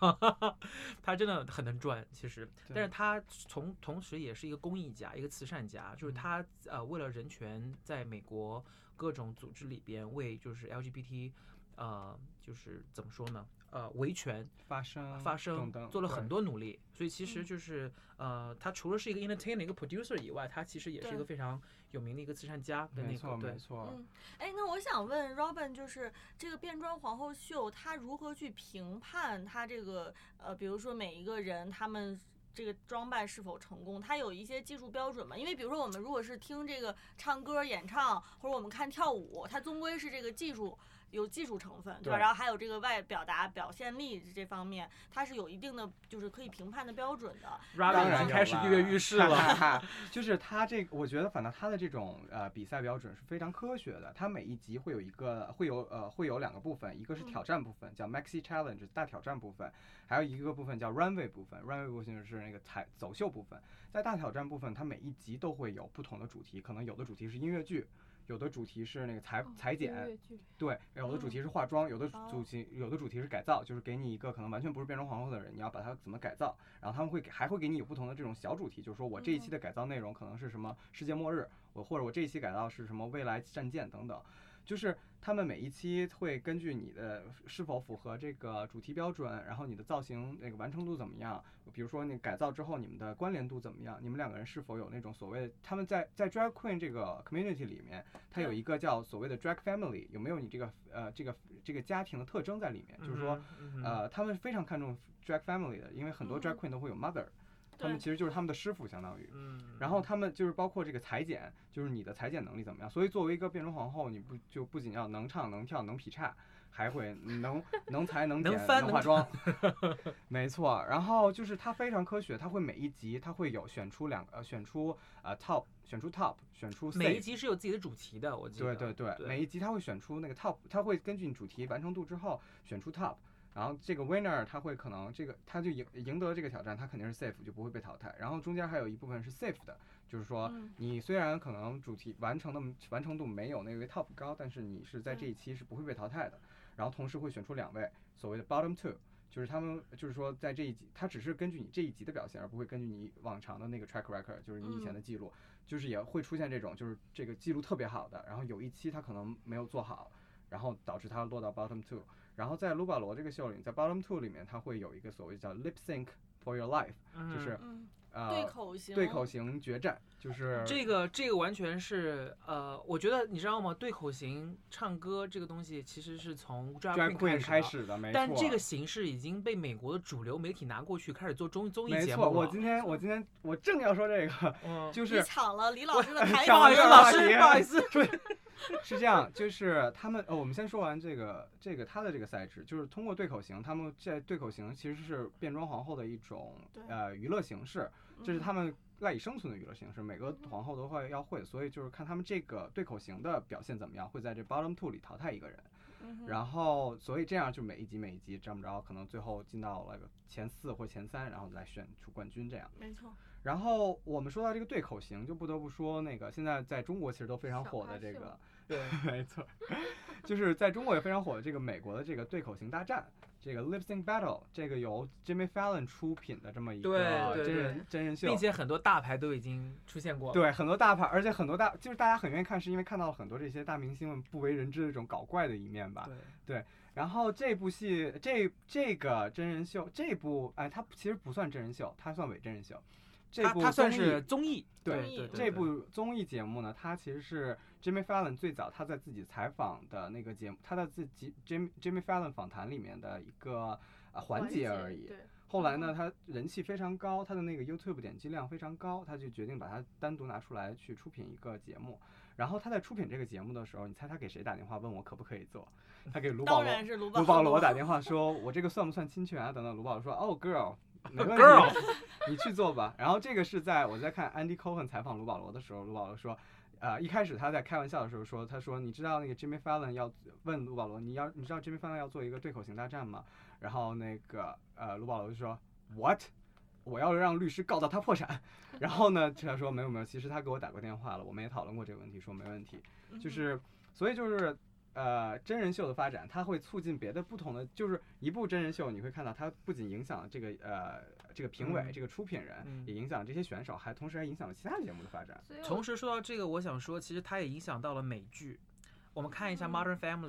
Speaker 2: 他真的很能赚，其实，
Speaker 1: 对
Speaker 2: 但是他从同时也是一个公益家，一个慈善家，就是
Speaker 1: 嗯
Speaker 2: 他呃为了人权，在美国各种组织里边为就是 LGBT，呃就是怎么说呢，呃维权
Speaker 1: 发生
Speaker 2: 发声
Speaker 1: 嗯等等，
Speaker 2: 做了很
Speaker 1: 对
Speaker 2: 多努力，所以其实
Speaker 3: 嗯
Speaker 2: 就是呃他除了是一个 entertainer 一个 producer 以外，他其实也是一
Speaker 3: 对
Speaker 2: 个非常有名的一个慈善家的
Speaker 1: 没
Speaker 2: 那
Speaker 1: 错
Speaker 2: 个对
Speaker 1: 没。错，
Speaker 3: 嗯，哎，那我想问 Robin，就是这个变装皇后秀，它如何去评判它这个呃，比如说每一个人他们。这个装扮是否成功，它有一些技术标准嘛？因为比如说我们如果是听这个唱歌、演唱，或者我们看跳舞，它终归是这个技术有技术成分，对吧？
Speaker 1: 对
Speaker 3: 然后还有这个外表达、表现力这方面，它是有一定的就是可以评判的标准的。
Speaker 2: Robin
Speaker 1: 当
Speaker 2: 已
Speaker 1: 然
Speaker 2: 经
Speaker 1: 有
Speaker 2: 开始跃跃 欲试了，
Speaker 1: 了。就是他这个，我觉得反倒他的这种呃比赛标准是非常科学的。他每一集会有一个会有呃会有两个部分，一个是
Speaker 3: 嗯
Speaker 1: 挑战部分，叫 Maxi Challenge 大挑战部分，还有一个部分叫 Runway 部分，Runway 部分就是那个彩走秀部分。在大挑战部分，它每一集都会有不同的主题，可能有的主题是音乐剧。有的主题是那个裁裁剪，
Speaker 4: 哦音乐剧
Speaker 1: 对，有的主题是化妆，有的
Speaker 3: 哦
Speaker 1: 主题有的主题是改造，就是给你一个可能完全不是变装皇后的人，你要把她怎么改造，然后他们会给还会给你有不同的这种小主题，就是说我这一期的改造内容可能是什么世界末日，我或者我这一期改造是什么未来战舰等等，就是他们每一期会根据你的是否符合这个主题标准，然后你的造型那个完成度怎么样，比如说你改造之后你们的关联度怎么样，你们两个人是否有那种所谓的他们在在 drag queen 这个 community 里面，它有一个叫所谓的 drag family，有没有你这个呃这个这个家庭的特征在里面？就是说，
Speaker 2: 嗯哼，
Speaker 1: 呃，他们非常看重 drag family 的，因为很多 drag
Speaker 3: 嗯
Speaker 1: queen 都会有 mother，他
Speaker 3: 对
Speaker 1: 们其实就是他们的师傅相当于。
Speaker 2: 嗯哼，
Speaker 1: 然后他们就是包括这个裁剪，就是你的裁剪能力怎么样。所以作为一个变装皇后，你不就不仅要能唱能跳能劈叉，还会能能裁能
Speaker 2: 能
Speaker 1: 剪
Speaker 2: 翻能
Speaker 1: 化妆， 没错。然后就是它非常科学，它会每一集它会有选出两个呃选出呃 top 选出 top 选出 safe,
Speaker 2: 每一集是有自己的主题的，我记得。
Speaker 1: 对对对，
Speaker 2: 对
Speaker 1: 每一集他会选出那个 top，他会根据你主题完成度之后选出 top，然后这个 winner 他会可能这个他就赢赢得这个挑战，他肯定是 safe 就不会被淘汰。然后中间还有一部分是 safe 的，就是说
Speaker 3: 嗯
Speaker 1: 你虽然可能主题完成的完成度没有那位 top 高，但是你是在这一期是不会被淘汰的。然后同时会选出两位所谓的 bottom two。就是他们，就是说，在这一集，他只是根据你这一集的表现，而不会根据你往常的那个 track record，就是你以前
Speaker 3: 嗯
Speaker 1: 的记录。就是也会出现这种，就是这个记录特别好的，然后有一期他可能没有做好，然后导致他落到 bottom two。然后在卢巴罗这个秀里，在 bottom two 里面，它会有一个所谓叫 lip sync for your life，
Speaker 2: 嗯
Speaker 1: 就是
Speaker 3: 嗯，对
Speaker 1: 呃
Speaker 3: 口型，
Speaker 1: 对口型决战，就是
Speaker 2: 这个这个完全是呃，我觉得你知道吗？对口型唱歌这个东西其实是从 drag
Speaker 1: drag queen 开
Speaker 2: 开的。
Speaker 1: 始的，没错。
Speaker 2: 但这个形式已经被美国的主流媒体拿过去，开始做综综艺
Speaker 1: 没
Speaker 2: 节
Speaker 1: 错，
Speaker 2: 目
Speaker 1: 我
Speaker 2: 了。
Speaker 1: 今天我今天我正要说这个，
Speaker 2: 嗯，
Speaker 1: 就
Speaker 3: 你
Speaker 1: 是
Speaker 3: 抢了李老师的台
Speaker 1: 抢
Speaker 2: 不好
Speaker 1: 了
Speaker 2: 意
Speaker 1: 这
Speaker 2: 思，
Speaker 1: 个
Speaker 2: 老
Speaker 1: 话
Speaker 2: 师，
Speaker 1: 题
Speaker 2: 不好意思。
Speaker 1: 是这样，就是他们呃，我们先说完这个这个他的这个赛制，就是通过对口型，他们这对口型其实是变装皇后的一种
Speaker 3: 对
Speaker 1: 呃娱乐形式，这是
Speaker 3: 嗯
Speaker 1: 他们赖以生存的娱乐形式，每个皇后都会要会，所以就是看他们这个对口型的表现怎么样，会在这 bottom two 里淘汰一个人，
Speaker 3: 嗯哼
Speaker 1: 然后所以这样就每一集每一集这么着，可能最后进到了前四或前三，然后来选出冠军这样。
Speaker 3: 没错，
Speaker 1: 然后我们说到这个对口型，就不得不说那个现在在中国其实都非常
Speaker 4: 小
Speaker 1: 火
Speaker 4: 花
Speaker 1: 的这
Speaker 4: 秀
Speaker 1: 个，
Speaker 2: 对，
Speaker 1: 没错，就是在中国也非常火的这个美国的这个对口型大战，这个 Lip Sync Battle，这个由 Jimmy Fallon 出品的这么一个
Speaker 2: 对对
Speaker 1: 真人真人秀，
Speaker 2: 并且很多大牌都已经出现过。，
Speaker 1: 对，很多大牌，而且很多大，就是大家很愿意看，是因为看到了很多这些大明星们不为人知的这种搞怪的一面吧。
Speaker 2: 对，
Speaker 1: 然后这部戏，这这个真人秀，这部哎，它其实不算真人秀，它算伪真人秀。这
Speaker 2: 他
Speaker 1: 部
Speaker 2: 他算
Speaker 1: 综
Speaker 2: 是
Speaker 1: 艺
Speaker 2: 综艺，
Speaker 1: 对
Speaker 2: 对对，对
Speaker 1: 这部综艺节目呢，它其实是 Jimmy Fallon 最早他在自己采访的那个节目，他在自己 Jimmy Jimmy Fallon 访谈里面的一个、呃、环节而已。
Speaker 4: 对，
Speaker 1: 后来呢，他人气非常高，他的那个 YouTube 点击量非常高，他就决定把它单独拿出来去出品一个节目。然后他在出品这个节目的时候，你猜他给谁打电话问我可不可以做？他给卢保
Speaker 3: 当
Speaker 1: 罗，
Speaker 3: 然是卢
Speaker 1: 卢保
Speaker 3: 保
Speaker 1: 罗打电话说：“我这个算不算侵权啊？”等等，卢保罗说：“哦，girl，没问题
Speaker 2: Girl
Speaker 1: 你去做吧。” 然后这个是在我在看 Andy Cohen 采访卢保罗的时候，卢保罗说。呃，一开始他在开玩笑的时候说，他说你知道那个 Jimmy Fallon 要问卢保罗，你要你知道 Jimmy Fallon 要做一个对口型大战吗？然后那个呃卢保罗就说 What？我要让律师告到他破产。 然后呢，他说没有没有，其实他给我打过电话了，我们也讨论过这个问题，说没问题。就是，所以就是，呃，真人秀的发展，它会促进别的不同的，就是一部真人秀，你会看到它不仅影响这个呃这个评委、
Speaker 2: 嗯
Speaker 1: 这个出品人，
Speaker 2: 嗯
Speaker 1: 也影响这些选手，还同时还影响了其他节目的发展。
Speaker 4: 所以我
Speaker 2: 同时说到这个，我想说，其实它也影响到了美剧。我们看一下《
Speaker 3: 嗯
Speaker 2: Modern Family》，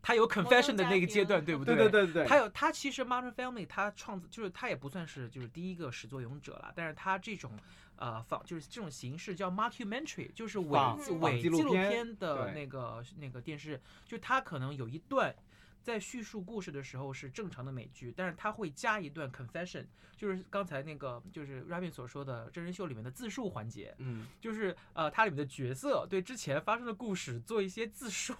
Speaker 2: 它有 confession 的那个阶段，对不
Speaker 1: 对
Speaker 2: 对
Speaker 1: 对对
Speaker 2: 它
Speaker 1: 对，
Speaker 2: 有它其实《Modern Family》它创就是它也不算是就是第一个始作俑者了，但是它这种呃仿就是这种形式叫 mockumentary，就是伪
Speaker 1: 仿
Speaker 4: 仿
Speaker 2: 伪
Speaker 1: 纪
Speaker 2: 纪
Speaker 1: 录
Speaker 2: 录
Speaker 1: 片
Speaker 2: 片的
Speaker 1: 对
Speaker 2: 那个那个电视，就它可能有一段。在叙述故事的时候是正常的美剧，但是它会加一段 confession，就是刚才那个就是 Robin 所说的真人秀里面的自述环节，
Speaker 1: 嗯，
Speaker 2: 就是呃它里面的角色对之前发生的故事做一些自述，
Speaker 3: 嗯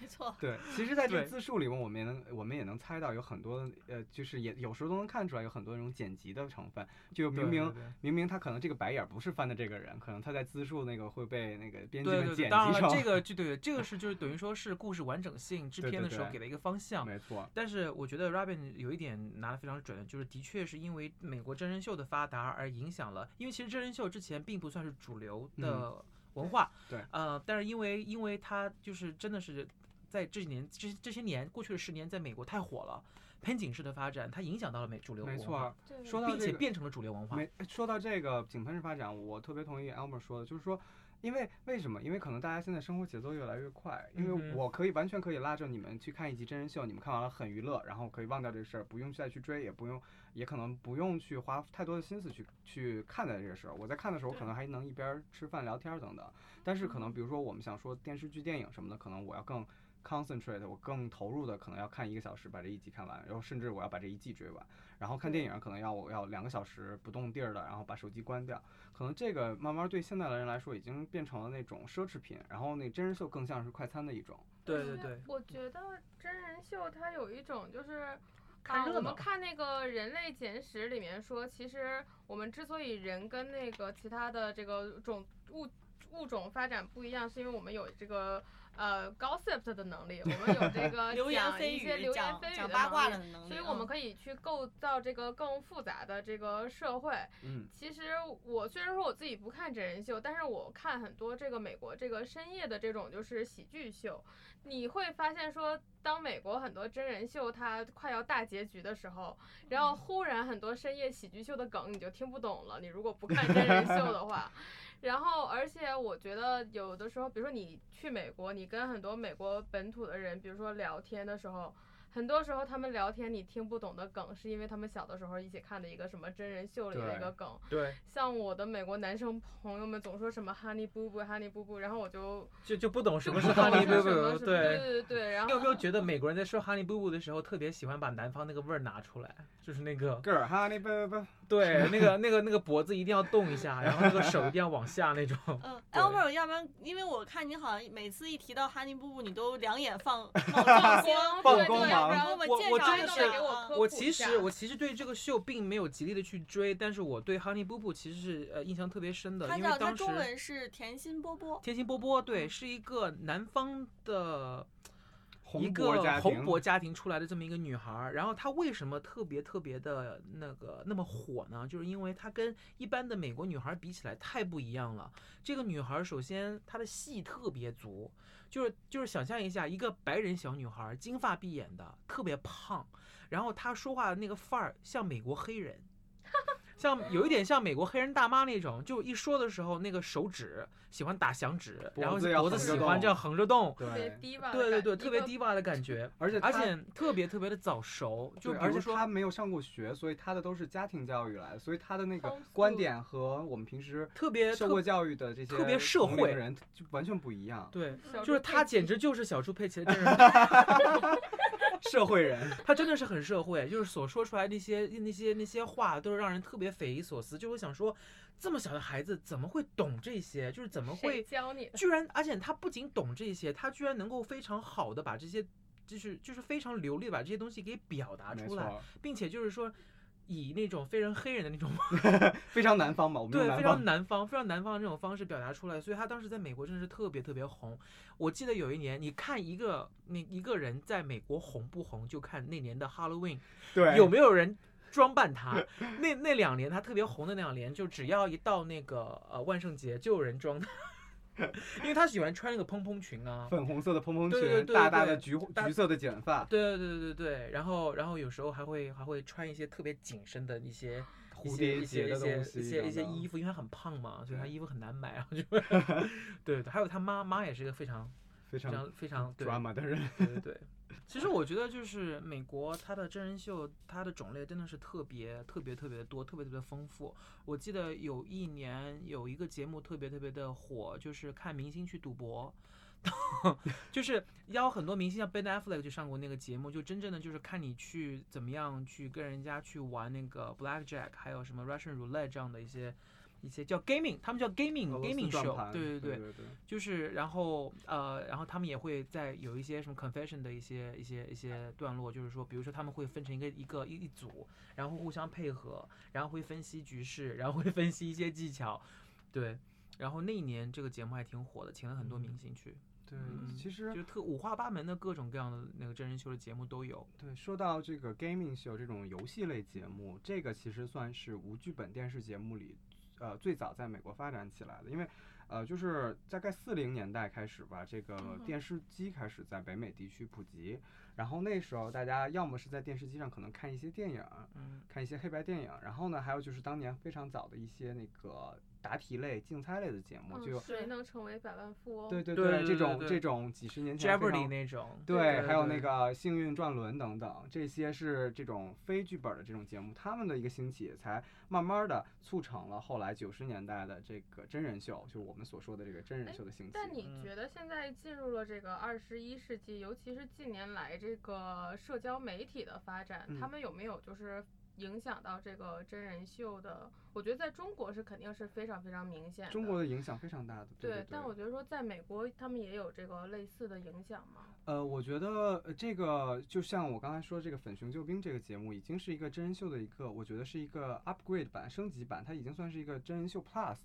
Speaker 3: 没错，
Speaker 1: 对。其实，在这
Speaker 2: 对
Speaker 1: 自述里面，我们也能我们也能猜到有很多呃，就是也有时候都能看出来有很多那种剪辑的成分，就明明。明明他可能这个白眼儿不是翻的这个人，可能他在自述那个会被那个编辑
Speaker 2: 对
Speaker 1: 们
Speaker 2: 对
Speaker 1: 剪辑
Speaker 2: 对，当
Speaker 1: 成。
Speaker 2: 然了，这个就对，这个是就是等于说是故事完整性制
Speaker 1: 对
Speaker 2: 片
Speaker 1: 对
Speaker 2: 的时候
Speaker 1: 对
Speaker 2: 给了一个方向。
Speaker 1: 没错，
Speaker 2: 但是我觉得 Robin 有一点拿得非常准，就是的确是因为美国真人秀的发达而影响了，因为其实真人秀之前并不算是主流的文化，
Speaker 1: 嗯对
Speaker 2: 呃，但是因为因为它就是真的是在这几年这这些年过去的十年，在美国太火了，喷井式的发展它影响到了美主流
Speaker 1: 没
Speaker 2: 文
Speaker 1: 错
Speaker 2: 化
Speaker 1: 儿。，说到
Speaker 2: 并
Speaker 1: 这
Speaker 2: 且
Speaker 1: 个
Speaker 2: 变成了主流文化。
Speaker 1: 没哎说到这个井喷式发展，我特别同意 Elmer 说的，就是说，因为为什么？因为可能大家现在生活节奏越来越快，因
Speaker 2: 嗯
Speaker 1: 为
Speaker 2: 哼
Speaker 1: 我可以完全可以拉着你们去看一集真人秀，你们看完了很娱乐，然后可以忘掉这事儿，不用再去追，也不用，也可能不用去花太多的心思去去看待这个事儿。我在看的时候，可能还能一边儿吃饭聊天儿等等，但是可能比如说我们想说电视剧、电影什么的，可能我要更。concentrate，我更投入的可能要看一个小时把这一集看完，然后甚至我要把这一季追完，然后看电影可能要我要两个小时不动地儿的，然后把手机关掉，可能这个慢慢对现在的人来说已经变成了那种奢侈品，然后那真人秀更像是快餐的一种。
Speaker 2: 对对 对，
Speaker 4: 我觉得真人秀它有一种就是。
Speaker 2: 看
Speaker 4: 啊
Speaker 2: 热闹
Speaker 4: 我们看那个《人类简史》里面说，其实我们之所以人跟那个其他的这个种物物种发展不一样，是因为我们有这个呃 gossip 的能力，我们有这个
Speaker 3: 流言
Speaker 4: 讲
Speaker 3: 蜚
Speaker 4: 一些
Speaker 3: 语
Speaker 4: 流言
Speaker 3: 讲
Speaker 4: 蜚语
Speaker 3: 讲
Speaker 4: 的
Speaker 3: 八
Speaker 4: 能
Speaker 3: 卦
Speaker 4: 力
Speaker 3: 的能力，
Speaker 4: 所以我们
Speaker 3: 以
Speaker 4: 可以去构造这个更复杂的这个社会。
Speaker 1: 嗯，
Speaker 4: 其实我虽然说我自己不看真人秀，但是我看很多这个美国这个深夜的这种就是喜剧秀，你会发现说，当美国很多真人秀它快要大结局的时候，然后忽然很多深夜喜剧秀的梗你就听不懂了，你如果不看真人秀的话。然后，而且我觉得有的时候，比如说你去美国，你跟很多美国本土的人，比如说聊天的时候，很多时候他们聊天你听不懂的梗，是因为他们小的时候一起看的一个什么真人秀里的一个梗。
Speaker 2: 对，
Speaker 4: 像我的美国男生朋友们总说什么 “honey boo boo honey boo boo”，然后我就
Speaker 2: 就就不懂什
Speaker 4: 就
Speaker 2: 么是
Speaker 4: 不懂
Speaker 2: honey
Speaker 4: 是
Speaker 2: boo
Speaker 4: 什么
Speaker 2: boo，
Speaker 4: 是对对对，然
Speaker 2: 你有
Speaker 4: 后
Speaker 2: 没有觉得美国人在说 honey boo boo 的时候，特别喜欢把南方那个味儿拿出来？就是那个，
Speaker 1: 个儿哈那不不，
Speaker 2: 对，那个那个那个脖子一定要动一下，然后那个手一定要往下那种。
Speaker 3: 嗯
Speaker 2: 对
Speaker 3: ，Elmer，要不然因为我看你好像每次一提到哈尼布布，你都两眼放放放光，
Speaker 1: 放
Speaker 4: 对
Speaker 1: 光
Speaker 4: 对
Speaker 1: 芒
Speaker 4: 然后
Speaker 3: 我们
Speaker 2: 我
Speaker 3: 介
Speaker 2: 我
Speaker 3: 绍
Speaker 2: 真
Speaker 3: 一
Speaker 2: 的
Speaker 3: 下
Speaker 4: 是
Speaker 3: 啊
Speaker 4: 给我科普
Speaker 2: 我其
Speaker 4: 一
Speaker 2: 实
Speaker 4: 下
Speaker 2: 我其实对这个秀并没有极力的去追，但是我对 honey boo boo 其实是呃印象特别深的，
Speaker 3: 他
Speaker 2: 因
Speaker 3: 叫
Speaker 2: 为
Speaker 3: 他
Speaker 2: 当时
Speaker 3: 中文是嗯甜心波波，
Speaker 2: 甜心波波对是一个南方的一
Speaker 1: 红
Speaker 2: 个
Speaker 1: 脖家
Speaker 2: 红
Speaker 1: 庭，
Speaker 2: 脖家庭出来的这么一个女孩儿，然后她为什么特别特别的那个那么火呢？就是因为她跟一般的美国女孩儿比起来太不一样了。这个女孩儿首先她的戏特别足，就是就是想象一下一个白人小女孩儿，金发碧眼的，特别胖，然后她说话的那个范儿像美国黑人。像有一点像美国黑人大妈那种，就一说的时候，那个手指喜欢打响指，然后
Speaker 1: 脖子要
Speaker 2: 脖子
Speaker 4: 横着
Speaker 2: 喜欢
Speaker 1: 动
Speaker 2: 这样横着动，
Speaker 4: 特别
Speaker 1: 对，
Speaker 4: 低吧的感
Speaker 2: 对
Speaker 4: 觉，
Speaker 2: 对对，特别
Speaker 4: 一个。
Speaker 2: 低洼的感觉，
Speaker 1: 而且
Speaker 2: 而
Speaker 1: 他
Speaker 2: 且特别特别的早熟，就
Speaker 1: 对，
Speaker 2: 比
Speaker 1: 而
Speaker 2: 如
Speaker 1: 且他
Speaker 2: 说
Speaker 1: 没有上过学，所以他的都是家庭教育来的，所以他的那个
Speaker 4: Homeschool
Speaker 1: 观点和我们平时
Speaker 2: 特别
Speaker 1: 受过
Speaker 2: 特
Speaker 1: 教育的这些
Speaker 2: 特别社
Speaker 1: 同龄
Speaker 2: 会
Speaker 1: 人就完全不一样，
Speaker 2: 对，
Speaker 4: 小
Speaker 2: 就是
Speaker 4: 猪
Speaker 2: 他
Speaker 4: 佩
Speaker 2: 简
Speaker 4: 奇
Speaker 2: 直就是小猪佩奇的真 人版，
Speaker 1: 社会人。
Speaker 2: 他真的是很社会，就是所说出来那些那些那些话都是让人特别匪夷所思，就会想说，这么小的孩子怎么会懂这些？就是怎么
Speaker 4: 谁
Speaker 2: 会
Speaker 4: 教你的？
Speaker 2: 居然，而且他不仅懂这些，他居然能够非常好的把这些。就是就是非常流利地把这些东西给表达
Speaker 1: 没
Speaker 2: 出
Speaker 1: 错
Speaker 2: 来，
Speaker 1: 儿，
Speaker 2: 并且就是说，以那种非常黑人的那种
Speaker 1: 非常南方吧，我们用
Speaker 2: 对，
Speaker 1: 南
Speaker 2: 非常
Speaker 1: 方。
Speaker 2: 南方，非常南方的这种方式表达出来，所以他当时在美国真的是特别特别红。我记得有一年，你看一个那一个人在美国红不红，就看那年的 Halloween
Speaker 1: 对，
Speaker 2: 有没有人装扮他。那那两年他特别红的那两年，就只要一到那个呃万圣节，就有人装他，因为他 喜欢穿那个蓬蓬裙啊。
Speaker 1: 粉红色的蓬蓬裙，
Speaker 2: 对对对对
Speaker 1: 大大的
Speaker 2: 对
Speaker 1: 橘
Speaker 2: 大
Speaker 1: 橘色的卷发，
Speaker 2: 对对对对对，然后然后有时候还会还会穿一些特别紧身的一些一
Speaker 1: 啊蝴
Speaker 2: 些
Speaker 1: 蝶
Speaker 2: 一些
Speaker 1: 结
Speaker 2: 一
Speaker 1: 的
Speaker 2: 些
Speaker 1: 东
Speaker 2: 一
Speaker 1: 西，
Speaker 2: 些一些
Speaker 1: 等等嗯
Speaker 2: 衣服，因为他很胖嘛，所以他
Speaker 1: 对
Speaker 2: 衣服很难买，然后就 对，还有他妈妈也是一个非常
Speaker 1: 非
Speaker 2: 非
Speaker 1: 常
Speaker 2: 常非常对
Speaker 1: drama 的人。
Speaker 2: 对对对。其实我觉得就是美国它的真人秀，它的种类真的是特别特别特别的多，特别特别丰富。我记得有一年有一个节目特别特别的火，就是看明星去赌博， 就是邀很多明星，像 Ben Affleck 就上过那个节目，就真正的就是看你去怎么样去跟人家去玩那个 Blackjack，还有什么 Russian Roulette 这样的一些一些叫 gaming，他们叫 gaming
Speaker 1: 俄罗斯
Speaker 2: 嗯 gaming
Speaker 1: 转
Speaker 2: show，
Speaker 1: 盘
Speaker 2: 对对
Speaker 1: 对
Speaker 2: 对。
Speaker 1: 对
Speaker 2: 就是然后呃，然后他们也会在有一些什么 confession 的一些一些一些段落，就是说，比如说他们会分成一个一个一一组，然后互相配合，然后会分析局势，然后会分析一些技巧，对。然后那一年这个节目还挺火的，请了很多明星去，
Speaker 1: 对
Speaker 2: 嗯
Speaker 1: 其实
Speaker 2: 就是特五花八门的各种各样的那个真人秀的节目都有。
Speaker 1: 对，说到这个 gaming show 这种游戏类节目，这个其实算是无剧本电视节目里，呃，最早在美国发展起来的。因为，呃，就是大概四零年代开始吧，这
Speaker 2: 嗯
Speaker 1: 个
Speaker 3: 哼
Speaker 1: 电视机开始在北美地区普及。然后那时候大家要么是在电视机上可能看一些电影，啊
Speaker 2: 嗯
Speaker 1: 看一些黑白电影，然后呢，还有就是当年非常早的一些那个答题类、竞猜类的节
Speaker 2: 嗯
Speaker 1: 目，就有、
Speaker 4: 嗯谁能成为百万富翁？
Speaker 1: 对对
Speaker 2: 对对
Speaker 1: 这
Speaker 2: 对
Speaker 1: 种
Speaker 2: 对
Speaker 1: 这种几十年前非
Speaker 2: ，Jeopardy
Speaker 1: 常
Speaker 2: 那种，
Speaker 1: 对，
Speaker 2: 对
Speaker 1: 还有那
Speaker 2: 对
Speaker 1: 个幸运转轮等等，这些是这种非剧本的这种节目，他们的一个兴起，才慢慢的促成了后来九十年代的这个真人秀，就是我们所说的这个真人
Speaker 4: 哎
Speaker 1: 秀的兴起。
Speaker 4: 但你
Speaker 2: 嗯
Speaker 4: 觉得现在进入了这个二十一世纪，尤其是近年来这个社交媒体的发展，
Speaker 1: 嗯
Speaker 4: 他们有没有就是影响到这个真人秀的？我觉得在中国是肯定是非常非常明显的。
Speaker 1: 中国的影响非常大的，对对。
Speaker 4: 但我觉得说在美国，他们也有这个类似的影响吗？
Speaker 1: 呃，我觉得呃这个就像我刚才说这个《粉熊救兵》这个节目，已经是一个真人秀的一个，我觉得是一个 upgrade 版、升级版，它已经算是一个真人秀 plus。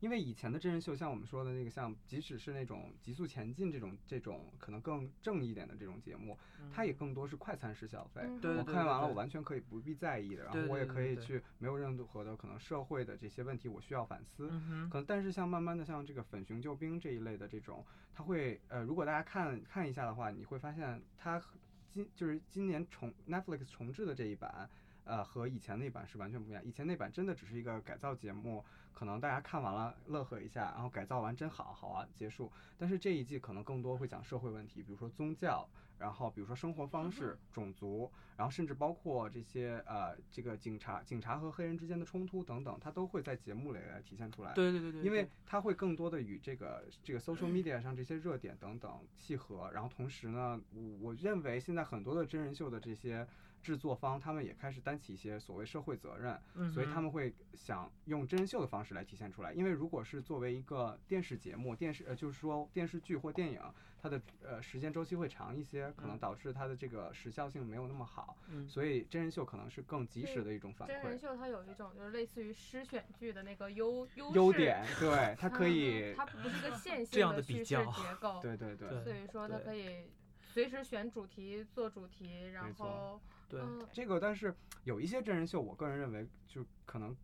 Speaker 1: 因为以前的真人秀，像我们说的那个，像即使是那种《极速前进》这种这种可能更正一点的这种节目，它也更多是快餐式消费。
Speaker 4: 嗯
Speaker 2: 嗯对
Speaker 1: 我
Speaker 2: 对
Speaker 1: 看完了，
Speaker 2: 对
Speaker 1: 我完全可以不必在意的，然后
Speaker 2: 对
Speaker 1: 我
Speaker 2: 对
Speaker 1: 也
Speaker 2: 对
Speaker 1: 可以
Speaker 2: 对
Speaker 1: 去没有任何的可能社会的这些问题，我需要反思。
Speaker 2: 嗯哼，
Speaker 1: 可能但是像慢慢的像这个粉熊救兵这一类的这种，它会呃，如果大家看看一下的话，你会发现它和今就是今年重 Netflix 重置的这一版。呃，和以前那版是完全不一样。以前那版真的只是一个改造节目，可能大家看完了乐呵一下，然后改造完真好，好啊，结束。但是这一季可能更多会讲社会问题，比如说宗教，然后比如说生活方式、种族，然后甚至包括这些呃，这个警察、警察和黑人之间的冲突等等，它都会在节目里来体现出来。
Speaker 2: 对对对对，
Speaker 1: 因为
Speaker 2: 对
Speaker 1: 它会更多的与这个这个 social media 上这些热点等等契合，然后同时呢，我我认为现在很多的真人秀的这些制作方，他们也开始担起一些所谓社会责任，
Speaker 2: 嗯
Speaker 1: 所以他
Speaker 2: 哼
Speaker 1: 们会想用真人秀的方式来体现出来。因为如果是作为一个电视节目、电视呃，就是说电视剧或电影，它的呃时间周期会长一些，可能
Speaker 2: 嗯
Speaker 1: 导致它的这个时效性没有那么好，
Speaker 2: 嗯
Speaker 1: 所以真人秀可能是更及时的一种反
Speaker 4: 真人
Speaker 1: 馈。
Speaker 4: 秀它有一种就是类似于诗选剧的那个优优
Speaker 1: 优
Speaker 4: 势
Speaker 1: 点，对，它可以，
Speaker 4: 嗯它不是一个线
Speaker 2: 这
Speaker 4: 性
Speaker 2: 样的比
Speaker 4: 叙事
Speaker 2: 较
Speaker 4: 结 构，
Speaker 1: 对对对。
Speaker 2: 对
Speaker 4: 所以说它
Speaker 2: 对
Speaker 4: 可以随时选主题做主题，然
Speaker 1: 没错
Speaker 4: 后
Speaker 2: 对
Speaker 4: 嗯，
Speaker 1: 这个，但是有一些真人秀，我个人认为就可能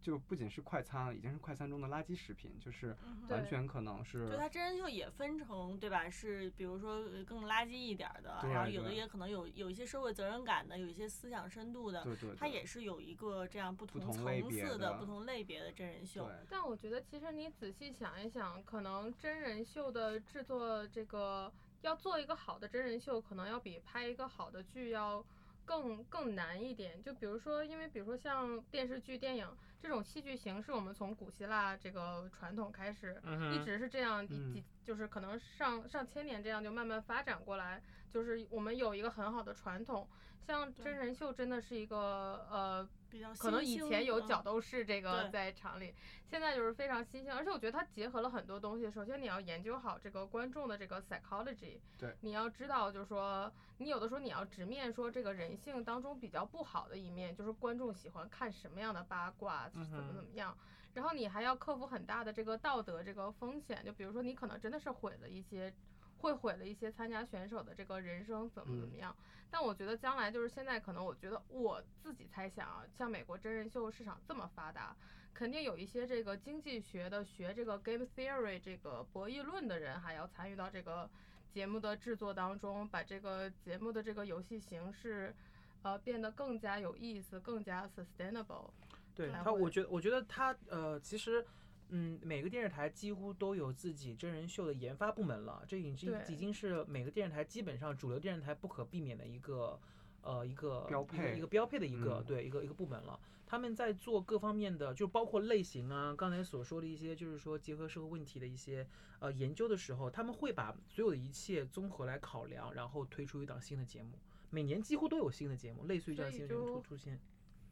Speaker 1: 就不仅是快餐了，已经是快餐中的垃圾食品，就是
Speaker 3: 嗯哼
Speaker 4: 对
Speaker 1: 完全可能是
Speaker 3: 就它真人秀也分成，对吧？是比如说呃更垃圾一点儿的，
Speaker 1: 对啊
Speaker 3: 然后有的
Speaker 1: 对
Speaker 3: 也可能有有一些社会责任感的，有一些思想深度的，
Speaker 1: 对对，
Speaker 3: 它
Speaker 1: 对
Speaker 3: 也是有一个这样不同
Speaker 1: 同类
Speaker 3: 层
Speaker 1: 别
Speaker 3: 次
Speaker 1: 的
Speaker 3: 不同类别的真人秀。
Speaker 1: 对
Speaker 4: 但我觉得，其实你仔细想一想，可能真人秀的制作，这个要做一个好的真人秀，可能要比拍一个好的剧要更更难一点。就比如说，因为比如说像电视剧、电影这种戏剧形式，我们从古希腊这个传统开始，
Speaker 2: 嗯
Speaker 4: 一
Speaker 2: 哼
Speaker 4: 直是这样，
Speaker 1: 嗯
Speaker 4: 几就是可能上上千年这样就慢慢发展过来，就是我们有一个很好的传统。像
Speaker 3: 对
Speaker 4: 真人秀真的是一个呃
Speaker 3: 比较
Speaker 4: 可能以
Speaker 3: 新兴
Speaker 4: 前有
Speaker 3: 嗯
Speaker 4: 角斗士这个
Speaker 3: 对
Speaker 4: 在厂里，现在就是非常新兴，而且我觉得它结合了很多东西。首先你要研究好这个观众的这个 psychology，
Speaker 1: 对，
Speaker 4: 你要知道就是说，你有的时候你要直面说这个人性当中比较不好的一面，就是观众喜欢看什么样的八卦，
Speaker 2: 嗯
Speaker 4: 怎么
Speaker 2: 哼
Speaker 4: 怎么样。然后你还要克服很大的这个道德这个风险，就比如说你可能真的是毁了一些。会毁了一些参加选手的这个人生怎么怎么样。但我觉得将来就是现在，可能我觉得我自己猜想啊，像美国真人秀市场这么发达，肯定有一些这个经济学的学这个 game theory 这个博弈论的人，还要参与到这个节目的制作当中，把这个节目的这个游戏形式。呃，变得更加有意思，更加 sustainable。
Speaker 2: 对
Speaker 4: 才
Speaker 2: 他，我
Speaker 4: 会
Speaker 2: 觉得，我觉得他呃，其实，嗯，每个电视台几乎都有自己真人秀的研发部门了，这已经
Speaker 4: 对
Speaker 2: 已经是每个电视台基本上主流电视台不可避免的一个呃一个
Speaker 1: 标
Speaker 2: 一个
Speaker 1: 配
Speaker 2: 一个标配的一个、
Speaker 1: 嗯
Speaker 2: 对一个一个部门了。他们在做各方面的，就包括类型啊，刚才所说的一些，就是说结合社会问题的一些呃研究的时候，他们会把所有的一切综合来考量，然后推出一档新的节目。每年几乎都有新的节目，类似于这样
Speaker 4: 所以
Speaker 2: 新的节目
Speaker 4: 就
Speaker 2: 出出现。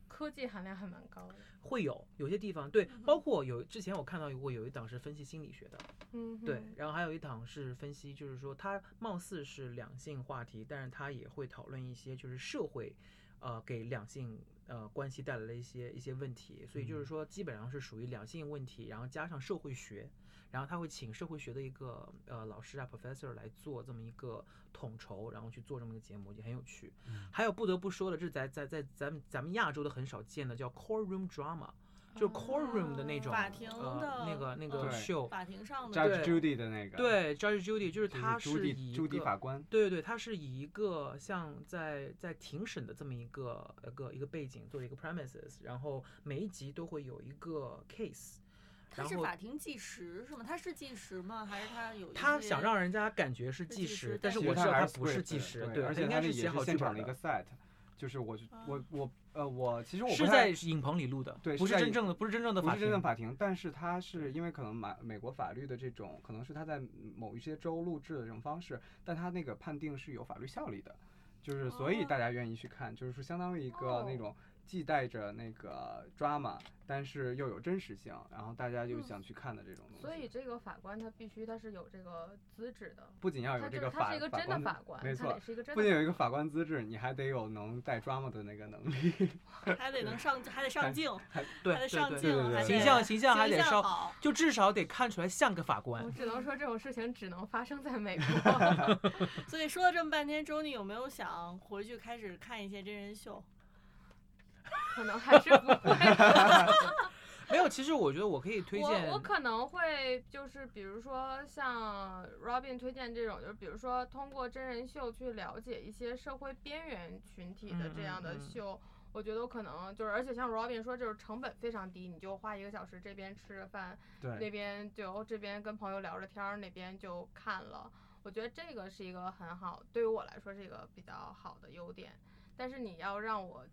Speaker 4: 科技含量还蛮高的。
Speaker 2: 会有有些地方对，包括有之前我看到过有一档是分析心理学的，
Speaker 4: 嗯哼，
Speaker 2: 对，然后还有一档是分析，就是说它貌似是两性话题，但是它也会讨论一些就是社会，呃，给两性呃关系带来的一些一些问题，所以就是
Speaker 1: 嗯
Speaker 2: 说基本上是属于两性问题，然后加上社会学，然后他会请社会学的一个呃老师啊 professor 来做这么一个统筹，然后去做这么一个节目，也很有趣。还有不得不说的，这是在在在咱们咱们亚洲的很少见的叫 core room drama，就是
Speaker 4: 啊
Speaker 2: core room 的那种、
Speaker 3: 法庭
Speaker 2: 呃
Speaker 3: 的
Speaker 2: 那个那个
Speaker 1: 嗯对
Speaker 2: show，
Speaker 3: 法庭上的
Speaker 2: 对
Speaker 1: Judge Judy 的那个，，
Speaker 2: 对，Judge Judy 就是
Speaker 1: 就
Speaker 2: 他
Speaker 1: 朱
Speaker 2: 是以
Speaker 1: 迪
Speaker 2: 一
Speaker 1: 朱迪
Speaker 2: 个
Speaker 1: 法官，
Speaker 2: 对对对，他是以一个像在在庭审的这么一个一个一个背景作为一个 premises，然后每一集都会有一个 case，
Speaker 3: 他
Speaker 2: 然
Speaker 3: 是
Speaker 2: 后
Speaker 3: 法庭计时是吗？他是计时吗？还是他有一
Speaker 2: 他
Speaker 3: 些
Speaker 2: 想让人家感觉是
Speaker 3: 是
Speaker 2: 计
Speaker 3: 计时
Speaker 2: 时，但
Speaker 3: 但
Speaker 2: 是
Speaker 1: 其实
Speaker 2: 我知道
Speaker 1: 它
Speaker 2: 他
Speaker 1: 还
Speaker 2: 不是
Speaker 1: 对
Speaker 2: 计
Speaker 1: 对
Speaker 2: 时，
Speaker 1: 对
Speaker 2: 对，
Speaker 1: 而
Speaker 2: 他
Speaker 1: 且
Speaker 2: 应
Speaker 1: 它
Speaker 2: 该
Speaker 1: 那
Speaker 2: 是
Speaker 1: 也
Speaker 2: 写好
Speaker 1: 现
Speaker 2: 剧
Speaker 1: 场
Speaker 2: 本
Speaker 1: 的一个
Speaker 2: 的。
Speaker 1: set，就是我我我呃我其实我不
Speaker 2: 是
Speaker 1: 太
Speaker 2: 在影棚里录的，
Speaker 1: 对
Speaker 2: 不
Speaker 1: 是
Speaker 2: 是
Speaker 1: 在
Speaker 2: 真
Speaker 1: 影
Speaker 2: 正的，不是真正的
Speaker 1: 不
Speaker 2: 法
Speaker 1: 是
Speaker 2: 庭
Speaker 1: 真正，法庭，但是它是因为可能美美国法律的这种，可能是它在某一些州录制的这种方式，但它那个判定是有法律效力的，就是所以
Speaker 3: 哦
Speaker 1: 大家愿意去看，就是说相当于一个那
Speaker 4: 哦
Speaker 1: 种既带着那个 drama，但是又有真实性，然后大家就
Speaker 4: 嗯
Speaker 1: 想去看的这种东西。
Speaker 4: 所以这个法官他必须他是有这个资质的，
Speaker 1: 不仅要有
Speaker 4: 他
Speaker 1: 这
Speaker 4: 个
Speaker 1: 个
Speaker 4: 他
Speaker 1: 法
Speaker 4: 是一个真的
Speaker 1: 官
Speaker 4: 法官，
Speaker 1: 没
Speaker 4: 他
Speaker 1: 错
Speaker 4: 得是一个真
Speaker 1: 不仅
Speaker 4: 的
Speaker 1: 有一个法官资质，你还得有能带 drama 的那个能力。
Speaker 3: 还得能上还得上镜，
Speaker 2: 对
Speaker 3: 还得
Speaker 2: 哎对
Speaker 3: 上
Speaker 2: 对
Speaker 1: 对对
Speaker 3: 镜，
Speaker 1: 对
Speaker 3: 还得
Speaker 2: 形象形象还得稍，
Speaker 3: 好。
Speaker 2: 就至少得看出来像个法官
Speaker 4: 我。只能说这种事情只能发生在美国。
Speaker 3: 所以说了这么半天，周你有没有想回去开始看一些真人秀？
Speaker 4: 可能还是不会。
Speaker 2: 没有，其实我觉得我可以推荐
Speaker 4: 我我可能会就是比如说像 Robin 推荐这种，就是比如说通过真人秀去了解一些社会边缘群体的
Speaker 2: 嗯
Speaker 4: 这样
Speaker 2: 嗯
Speaker 4: 的
Speaker 2: 嗯
Speaker 4: 秀。我觉得我可能就是，而且像 Robin 说，就是成本非常低，你就花一个小时，这边吃着饭，那
Speaker 1: 对，
Speaker 4: 边就这边跟朋友聊着天儿，那边就看了。我觉得这个是一个很好，对于我来说是一个比较好的优点。但是你要让我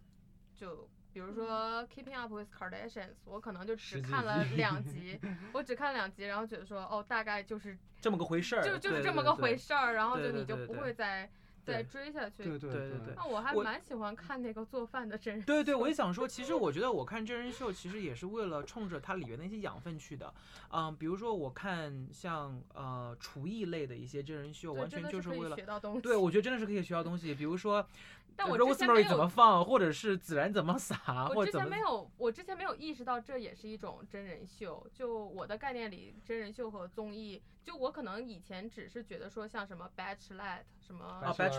Speaker 4: 就。比如
Speaker 2: 嗯
Speaker 4: 说《Keeping Up with Kardashians》，我可能就只
Speaker 1: 十几
Speaker 4: 看了
Speaker 1: 集
Speaker 4: 两集， 我只看两集，然后觉得说，哦，大概就是
Speaker 2: 这么个回事儿，
Speaker 4: 就就是
Speaker 2: 对
Speaker 4: 这么
Speaker 2: 对
Speaker 4: 个
Speaker 2: 对
Speaker 4: 回事儿，然后
Speaker 2: 对
Speaker 4: 就
Speaker 2: 对
Speaker 4: 你就
Speaker 2: 对
Speaker 4: 不
Speaker 2: 对
Speaker 4: 会再再
Speaker 2: 对
Speaker 4: 追
Speaker 1: 对
Speaker 4: 下去。
Speaker 1: 对
Speaker 2: 对对
Speaker 1: 对
Speaker 4: 那我还
Speaker 2: 我
Speaker 4: 蛮喜欢看那个做饭的真人秀，
Speaker 2: 对对，我也想说，其实我觉得我看真人秀，其实也是为了冲着它里面的一些养分去的。嗯，比如说我看像呃厨艺类的一些真人秀，
Speaker 4: 对
Speaker 2: 完
Speaker 4: 真
Speaker 2: 全
Speaker 4: 的
Speaker 2: 就是是
Speaker 4: 可以
Speaker 2: 为了
Speaker 4: 学。到东西。
Speaker 2: 对，我觉得真的是可以学到东西，比如说
Speaker 4: 但
Speaker 2: 呃
Speaker 4: 我之前没
Speaker 2: rosemary 怎
Speaker 4: 有
Speaker 2: 么放，或者是孜然怎么撒，
Speaker 4: 我
Speaker 2: 啊或者
Speaker 4: 之
Speaker 2: 怎
Speaker 4: 前
Speaker 2: 么
Speaker 4: 没有，我之前没有意识到这也是一种真人秀。就我的概念里，真人秀和综艺，就我可能以前只是觉得说像什么 Bachelorette 什么
Speaker 2: 啊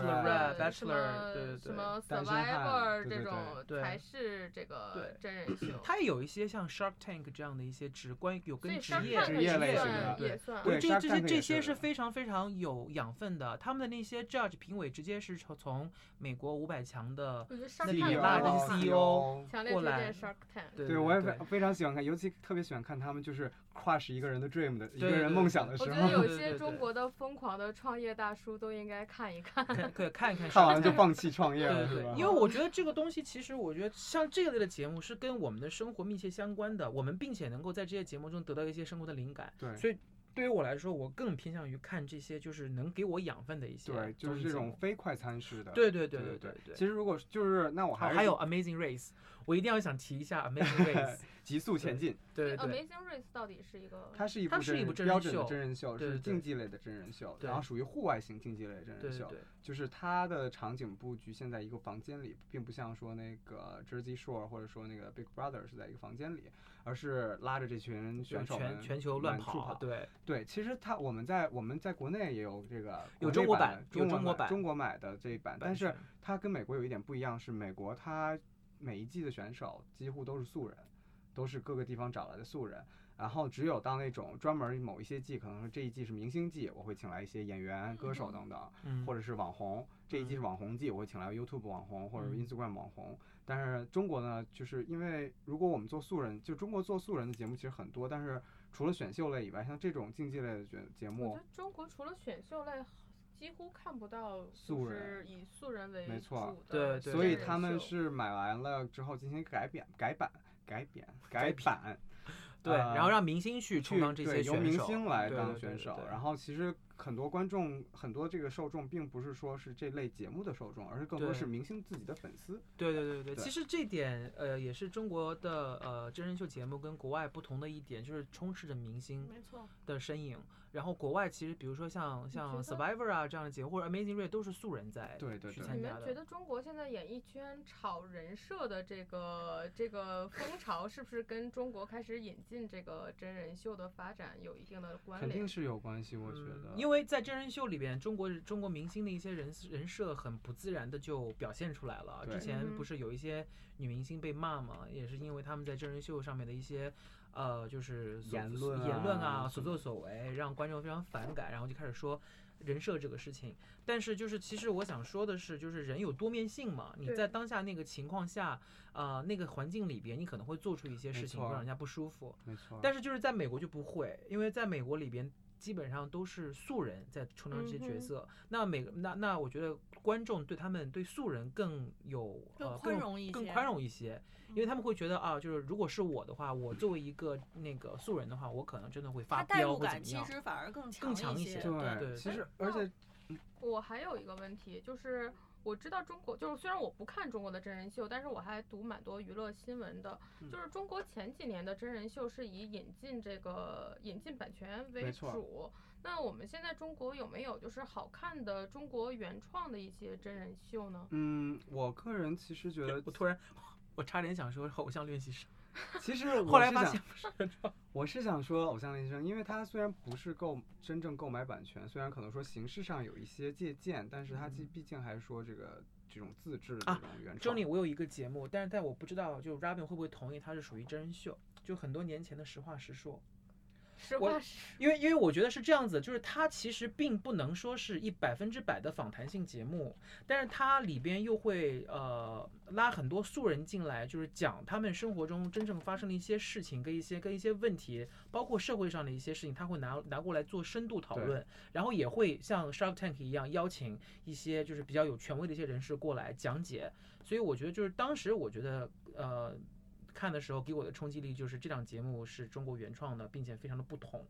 Speaker 1: Bachelorette
Speaker 2: ，bachelorette、bachelor，
Speaker 4: 什么
Speaker 2: 对对
Speaker 4: 什
Speaker 2: 对，
Speaker 4: 么
Speaker 1: 单身汉
Speaker 4: Survivor
Speaker 1: 对
Speaker 4: 这
Speaker 1: 对
Speaker 4: 种
Speaker 2: 对
Speaker 4: 才是这个
Speaker 2: 对
Speaker 4: 真人秀。
Speaker 2: 它也有一些像 Shark Tank 这样的一些职关有
Speaker 4: 所
Speaker 2: 跟
Speaker 4: 以
Speaker 2: 职
Speaker 4: Shark
Speaker 2: 业
Speaker 4: Tank
Speaker 1: 职业
Speaker 4: 也
Speaker 1: 类型
Speaker 4: 算
Speaker 1: 的
Speaker 4: 也
Speaker 2: 对。
Speaker 4: 算，
Speaker 2: 我
Speaker 1: 对
Speaker 2: 觉得这
Speaker 1: Shark
Speaker 2: 这些
Speaker 1: Tank
Speaker 2: 这
Speaker 1: 也
Speaker 2: 些
Speaker 1: 是
Speaker 2: 是非常非常有养分的，他们的那些 judge 评委直接是从从美国五百强的
Speaker 4: 我觉得
Speaker 2: 那
Speaker 4: Shark
Speaker 2: 里
Speaker 4: Tank
Speaker 1: E
Speaker 2: 面
Speaker 4: 我
Speaker 2: 挖
Speaker 4: 很
Speaker 2: 了
Speaker 4: 喜
Speaker 2: 一
Speaker 4: 欢
Speaker 2: 些 CEO
Speaker 4: 强烈
Speaker 2: E 过
Speaker 4: 推荐
Speaker 2: 来
Speaker 4: Shark Tank。
Speaker 2: 对
Speaker 1: 对，我也
Speaker 2: 对
Speaker 1: 非非常喜欢看，尤其特别喜欢看他们就是 crush 一个人的 dream 的一个
Speaker 2: 对
Speaker 1: 人
Speaker 2: 对
Speaker 1: 梦
Speaker 2: 对
Speaker 1: 想的时
Speaker 4: 我
Speaker 1: 候
Speaker 4: 觉，得有
Speaker 2: 对对
Speaker 4: 些
Speaker 2: 对
Speaker 4: 中国的疯狂的创业大叔都应该看一看。
Speaker 2: 看可以看一 看 Shark Tank，
Speaker 1: 看完 了就放弃创业了，
Speaker 2: 对对
Speaker 1: 是
Speaker 2: 对
Speaker 1: 吧，
Speaker 2: 因？为我觉得这个东西，其实我觉得像这类的节目是跟我们的生活密切相关的，我们并且能够在这些节目中得到一些生活的灵感，
Speaker 1: 对
Speaker 2: 所以对于我来说，我更偏向于看这些就是能给我养分的一些
Speaker 1: 对，就
Speaker 2: 综
Speaker 1: 是
Speaker 2: 艺
Speaker 1: 这
Speaker 2: 节
Speaker 1: 种
Speaker 2: 目
Speaker 1: 非快餐式的。
Speaker 2: 对对对
Speaker 1: 对
Speaker 2: 对
Speaker 1: 其实如果是就是那我
Speaker 2: 好
Speaker 1: 还是
Speaker 2: 还有 Amazing Race，我一定要想提 一下 Amazing Race，
Speaker 1: 急速前进，
Speaker 2: 对对对，
Speaker 4: Amazing Race 到底是一个？
Speaker 1: 它是一部
Speaker 2: 它是一部真人
Speaker 1: 标准的
Speaker 2: 秀
Speaker 1: 真人秀，
Speaker 2: 对对
Speaker 1: 是
Speaker 2: 对
Speaker 1: 竞技类的真人秀，
Speaker 2: 对
Speaker 1: 然后属于户外型竞技类的真人
Speaker 2: 对对
Speaker 1: 秀
Speaker 2: 对，，
Speaker 1: 就是它的场景布局现在一个房间里，并不像说那个 Jersey Shore 或者说那个 Big Brother 是在一个房间里，而是拉着这群选
Speaker 2: 全
Speaker 1: 手
Speaker 2: 全
Speaker 1: 们
Speaker 2: 全球乱
Speaker 1: 满处
Speaker 2: 跑，啊
Speaker 1: 跑。
Speaker 2: 对
Speaker 1: 对，其实它我们在我们在国内也有这个国
Speaker 2: 有
Speaker 1: 内
Speaker 2: 中国
Speaker 1: 版
Speaker 2: 版
Speaker 1: 的、
Speaker 2: 有
Speaker 1: 中
Speaker 2: 中国
Speaker 1: 文
Speaker 2: 版
Speaker 1: 中国买的这一版，但
Speaker 2: 版
Speaker 1: 是
Speaker 2: 权
Speaker 1: 它跟美国有一点不一样，是美国它每一季的选手几乎都是素人，都是各个地方找来的素人。然后只有到那种专门某一些季，可能是这一季是明星季，我会请来一些演员、歌手等等，
Speaker 2: 嗯，
Speaker 1: 或者是网红。这一季是网红季，我会请来 YouTube 网红或者是
Speaker 2: 嗯
Speaker 1: Instagram 网红。但是中国呢，就是因为如果我们做素人，就中国做素人的节目其实很多，但是除了选秀类以外，像这种竞技类的节节
Speaker 4: 我
Speaker 1: 目
Speaker 4: 觉，得中国除了选秀类，几乎看不到
Speaker 1: 素
Speaker 4: 就是
Speaker 1: 人
Speaker 4: 以素人为
Speaker 1: 没
Speaker 4: 主
Speaker 1: 错
Speaker 2: 对
Speaker 4: 的
Speaker 2: 对
Speaker 1: 所以
Speaker 4: 真人
Speaker 1: 他们
Speaker 4: 秀
Speaker 1: 是买完了之后进行改编、改版、改编、改
Speaker 2: 改编
Speaker 1: 版，
Speaker 2: 对，
Speaker 1: 呃
Speaker 2: 然后让明星去充
Speaker 1: 去
Speaker 2: 当这些
Speaker 1: 对由
Speaker 2: 选
Speaker 1: 明
Speaker 2: 手，
Speaker 1: 星来
Speaker 2: 对
Speaker 1: 当
Speaker 2: 对对
Speaker 1: 选
Speaker 2: 对
Speaker 1: 手
Speaker 2: 对，
Speaker 1: 然后其实很多观众、很多这个受众，并不是说是这类节目的受众，而是更多
Speaker 2: 对
Speaker 1: 是明星自己的粉丝。
Speaker 2: 对对对对，
Speaker 1: 对
Speaker 2: 其实这点呃也是中国的呃真人秀节目跟国外不同的一点，就是充斥着明星
Speaker 3: 没错，
Speaker 2: 的身影。然后国外其实比如说像像
Speaker 4: 觉得
Speaker 2: Survivor 啊这样的节目，或者 Amazing Race 都是素人在
Speaker 1: 对对
Speaker 2: 去
Speaker 1: 对
Speaker 2: 参
Speaker 4: 你
Speaker 2: 加
Speaker 4: 们觉
Speaker 2: 的。
Speaker 4: 得中国现在演艺圈炒人设的这个这个风潮，是不是跟中国开始引进这个真人秀的发展有一定的关
Speaker 1: 肯定
Speaker 4: 联？
Speaker 1: 是有关系，我觉得
Speaker 2: 嗯，。因为在真人秀里边，中国中国明星的一些人人设很不自然的就表现出来了。
Speaker 1: 对
Speaker 2: 之前
Speaker 4: 嗯
Speaker 2: 不是有一些女明星被骂嘛，也是因为他们在真人秀上面的一些呃，就是所
Speaker 1: 言论啊
Speaker 2: 言论啊、
Speaker 1: 什
Speaker 2: 所
Speaker 1: 么
Speaker 2: 作所为，让观众非常反感，然后就开始说人设这个事情。但是就是其实我想说的是，就是人有多面性嘛，你
Speaker 4: 对
Speaker 2: 在当下那个情况下，呃，那个环境里边，你可能会做出一些
Speaker 1: 没
Speaker 2: 事情
Speaker 1: 错
Speaker 2: 会
Speaker 1: 儿
Speaker 2: 让人家不舒服。
Speaker 1: 没
Speaker 3: 嗯
Speaker 1: 错。
Speaker 2: 但是就是在美国就不会，因为在美国里边基本上都是素人在充当这些
Speaker 4: 嗯
Speaker 2: 角
Speaker 4: 哼
Speaker 2: 色。那每个那那我觉得观众对他们对素人更有
Speaker 3: 更
Speaker 2: 呃
Speaker 3: 宽容一
Speaker 2: 更
Speaker 3: 些嗯
Speaker 2: 宽容一些，因为他们会觉得啊，就是如果是我的话，我作为一个那个素人的话，我可能真的会
Speaker 3: 它
Speaker 2: 发
Speaker 3: 代
Speaker 2: 飙或
Speaker 3: 入
Speaker 2: 怎
Speaker 3: 感
Speaker 2: 么
Speaker 3: 其
Speaker 2: 样。
Speaker 3: 实反而更
Speaker 2: 更强一
Speaker 3: 一
Speaker 2: 些
Speaker 1: 对，
Speaker 2: 对哦
Speaker 1: 其
Speaker 4: 对
Speaker 1: 实而且
Speaker 4: 我还有一个问题，就是我知道中国，就是虽然我不看中国的真人秀，但是我还读蛮多娱乐新闻的。
Speaker 1: 嗯
Speaker 4: 就是中国前几年的真人秀是以引进这个引进版权为
Speaker 1: 没错
Speaker 4: 主。那我们现在中国有没有就是好看的中国原创的一些真人秀呢？
Speaker 1: 嗯，我个人其实觉得
Speaker 2: 我，突然。我差点想说偶像练习生，
Speaker 1: 其实我
Speaker 2: 后来
Speaker 1: 是
Speaker 2: 发
Speaker 1: 想
Speaker 2: 现不是原创。
Speaker 1: 我是想说《偶像练习生》，因为它虽然不是购真正购买版权，虽然可能说形式上有一些借鉴，但是它既
Speaker 2: 嗯
Speaker 1: 毕竟还是说这个这种自制的
Speaker 2: 啊
Speaker 1: 这种原创。
Speaker 2: Johnny，我有一个节目，但是但我不知道，就 Robin 会不会同意，它是属于真人秀，就很多年前的实话实说。
Speaker 4: 实
Speaker 2: 我
Speaker 4: 话实
Speaker 2: 因为因为我觉得是这样子，就是它其实并不能说是一百分之百的访谈性节目，但是它里边又会呃拉很多素人进来，就是讲他们生活中真正发生的一些事情跟一些跟一些问题，包括社会上的一些事情，他会拿拿过来做深度讨
Speaker 1: 对
Speaker 2: 论，然后也会像 Shark Tank 一样邀请一些就是比较有权威的一些人士过来讲解，所以我觉得就是当时我觉得呃。看的时候给我的冲击力就是这档节目是中国原创的，并且非常的不同。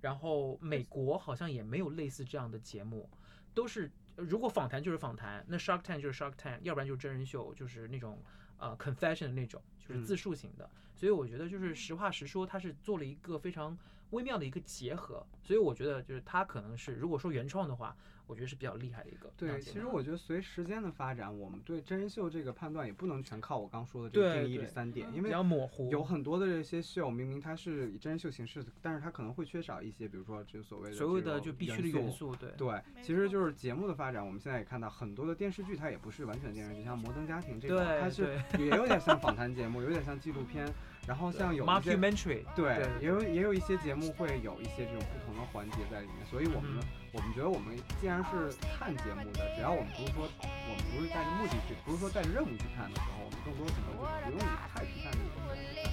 Speaker 2: 然后美国好像也没有类似这样的节目，都是呃如果访谈就是访谈，那 Shark Tank 就是 Shark Tank，要不然就是真人秀，就是那种呃 confession 的那种，就是
Speaker 1: 嗯
Speaker 2: 自述型的。所以我觉得就是实话实说，它是做了一个非常微妙的一个结合。所以我觉得就是它可能是如果说原创的话，我觉得是比较厉害的一个档节目。
Speaker 1: 对，其实我觉得随时间的发展，我们对真人秀这个判断也不能全靠我刚说的这个
Speaker 2: 对
Speaker 1: 定义这
Speaker 2: 对
Speaker 1: 三点，因
Speaker 3: 嗯
Speaker 2: 比
Speaker 1: 为
Speaker 2: 较模糊，
Speaker 1: 有很多的这些秀，明明它是以真人秀形式的，但是它可能会缺少一些，比如说就所谓的
Speaker 2: 所谓的就必须的元
Speaker 1: 元。
Speaker 2: 素，对。
Speaker 1: 对，
Speaker 3: 没
Speaker 1: 其实
Speaker 3: 错
Speaker 1: 就是节目的发展，我们现在也看到很多的电视剧，它也不是完全电视剧，像《摩登家庭》这种，
Speaker 2: 对
Speaker 1: 它是也有点像访谈节目，有点像纪录片，然后像有一些
Speaker 2: mockumentary，
Speaker 1: 对
Speaker 2: 对，
Speaker 1: 也有也有一些节目会有一些这种不同的环节在里面，所以我们、
Speaker 2: 嗯哼
Speaker 1: 我们觉得我们既然是看节目的，只要我们不是说我们不是带着目的去，不是说带着任务去看的时候，我们更多的可能就不用太去看这个东西。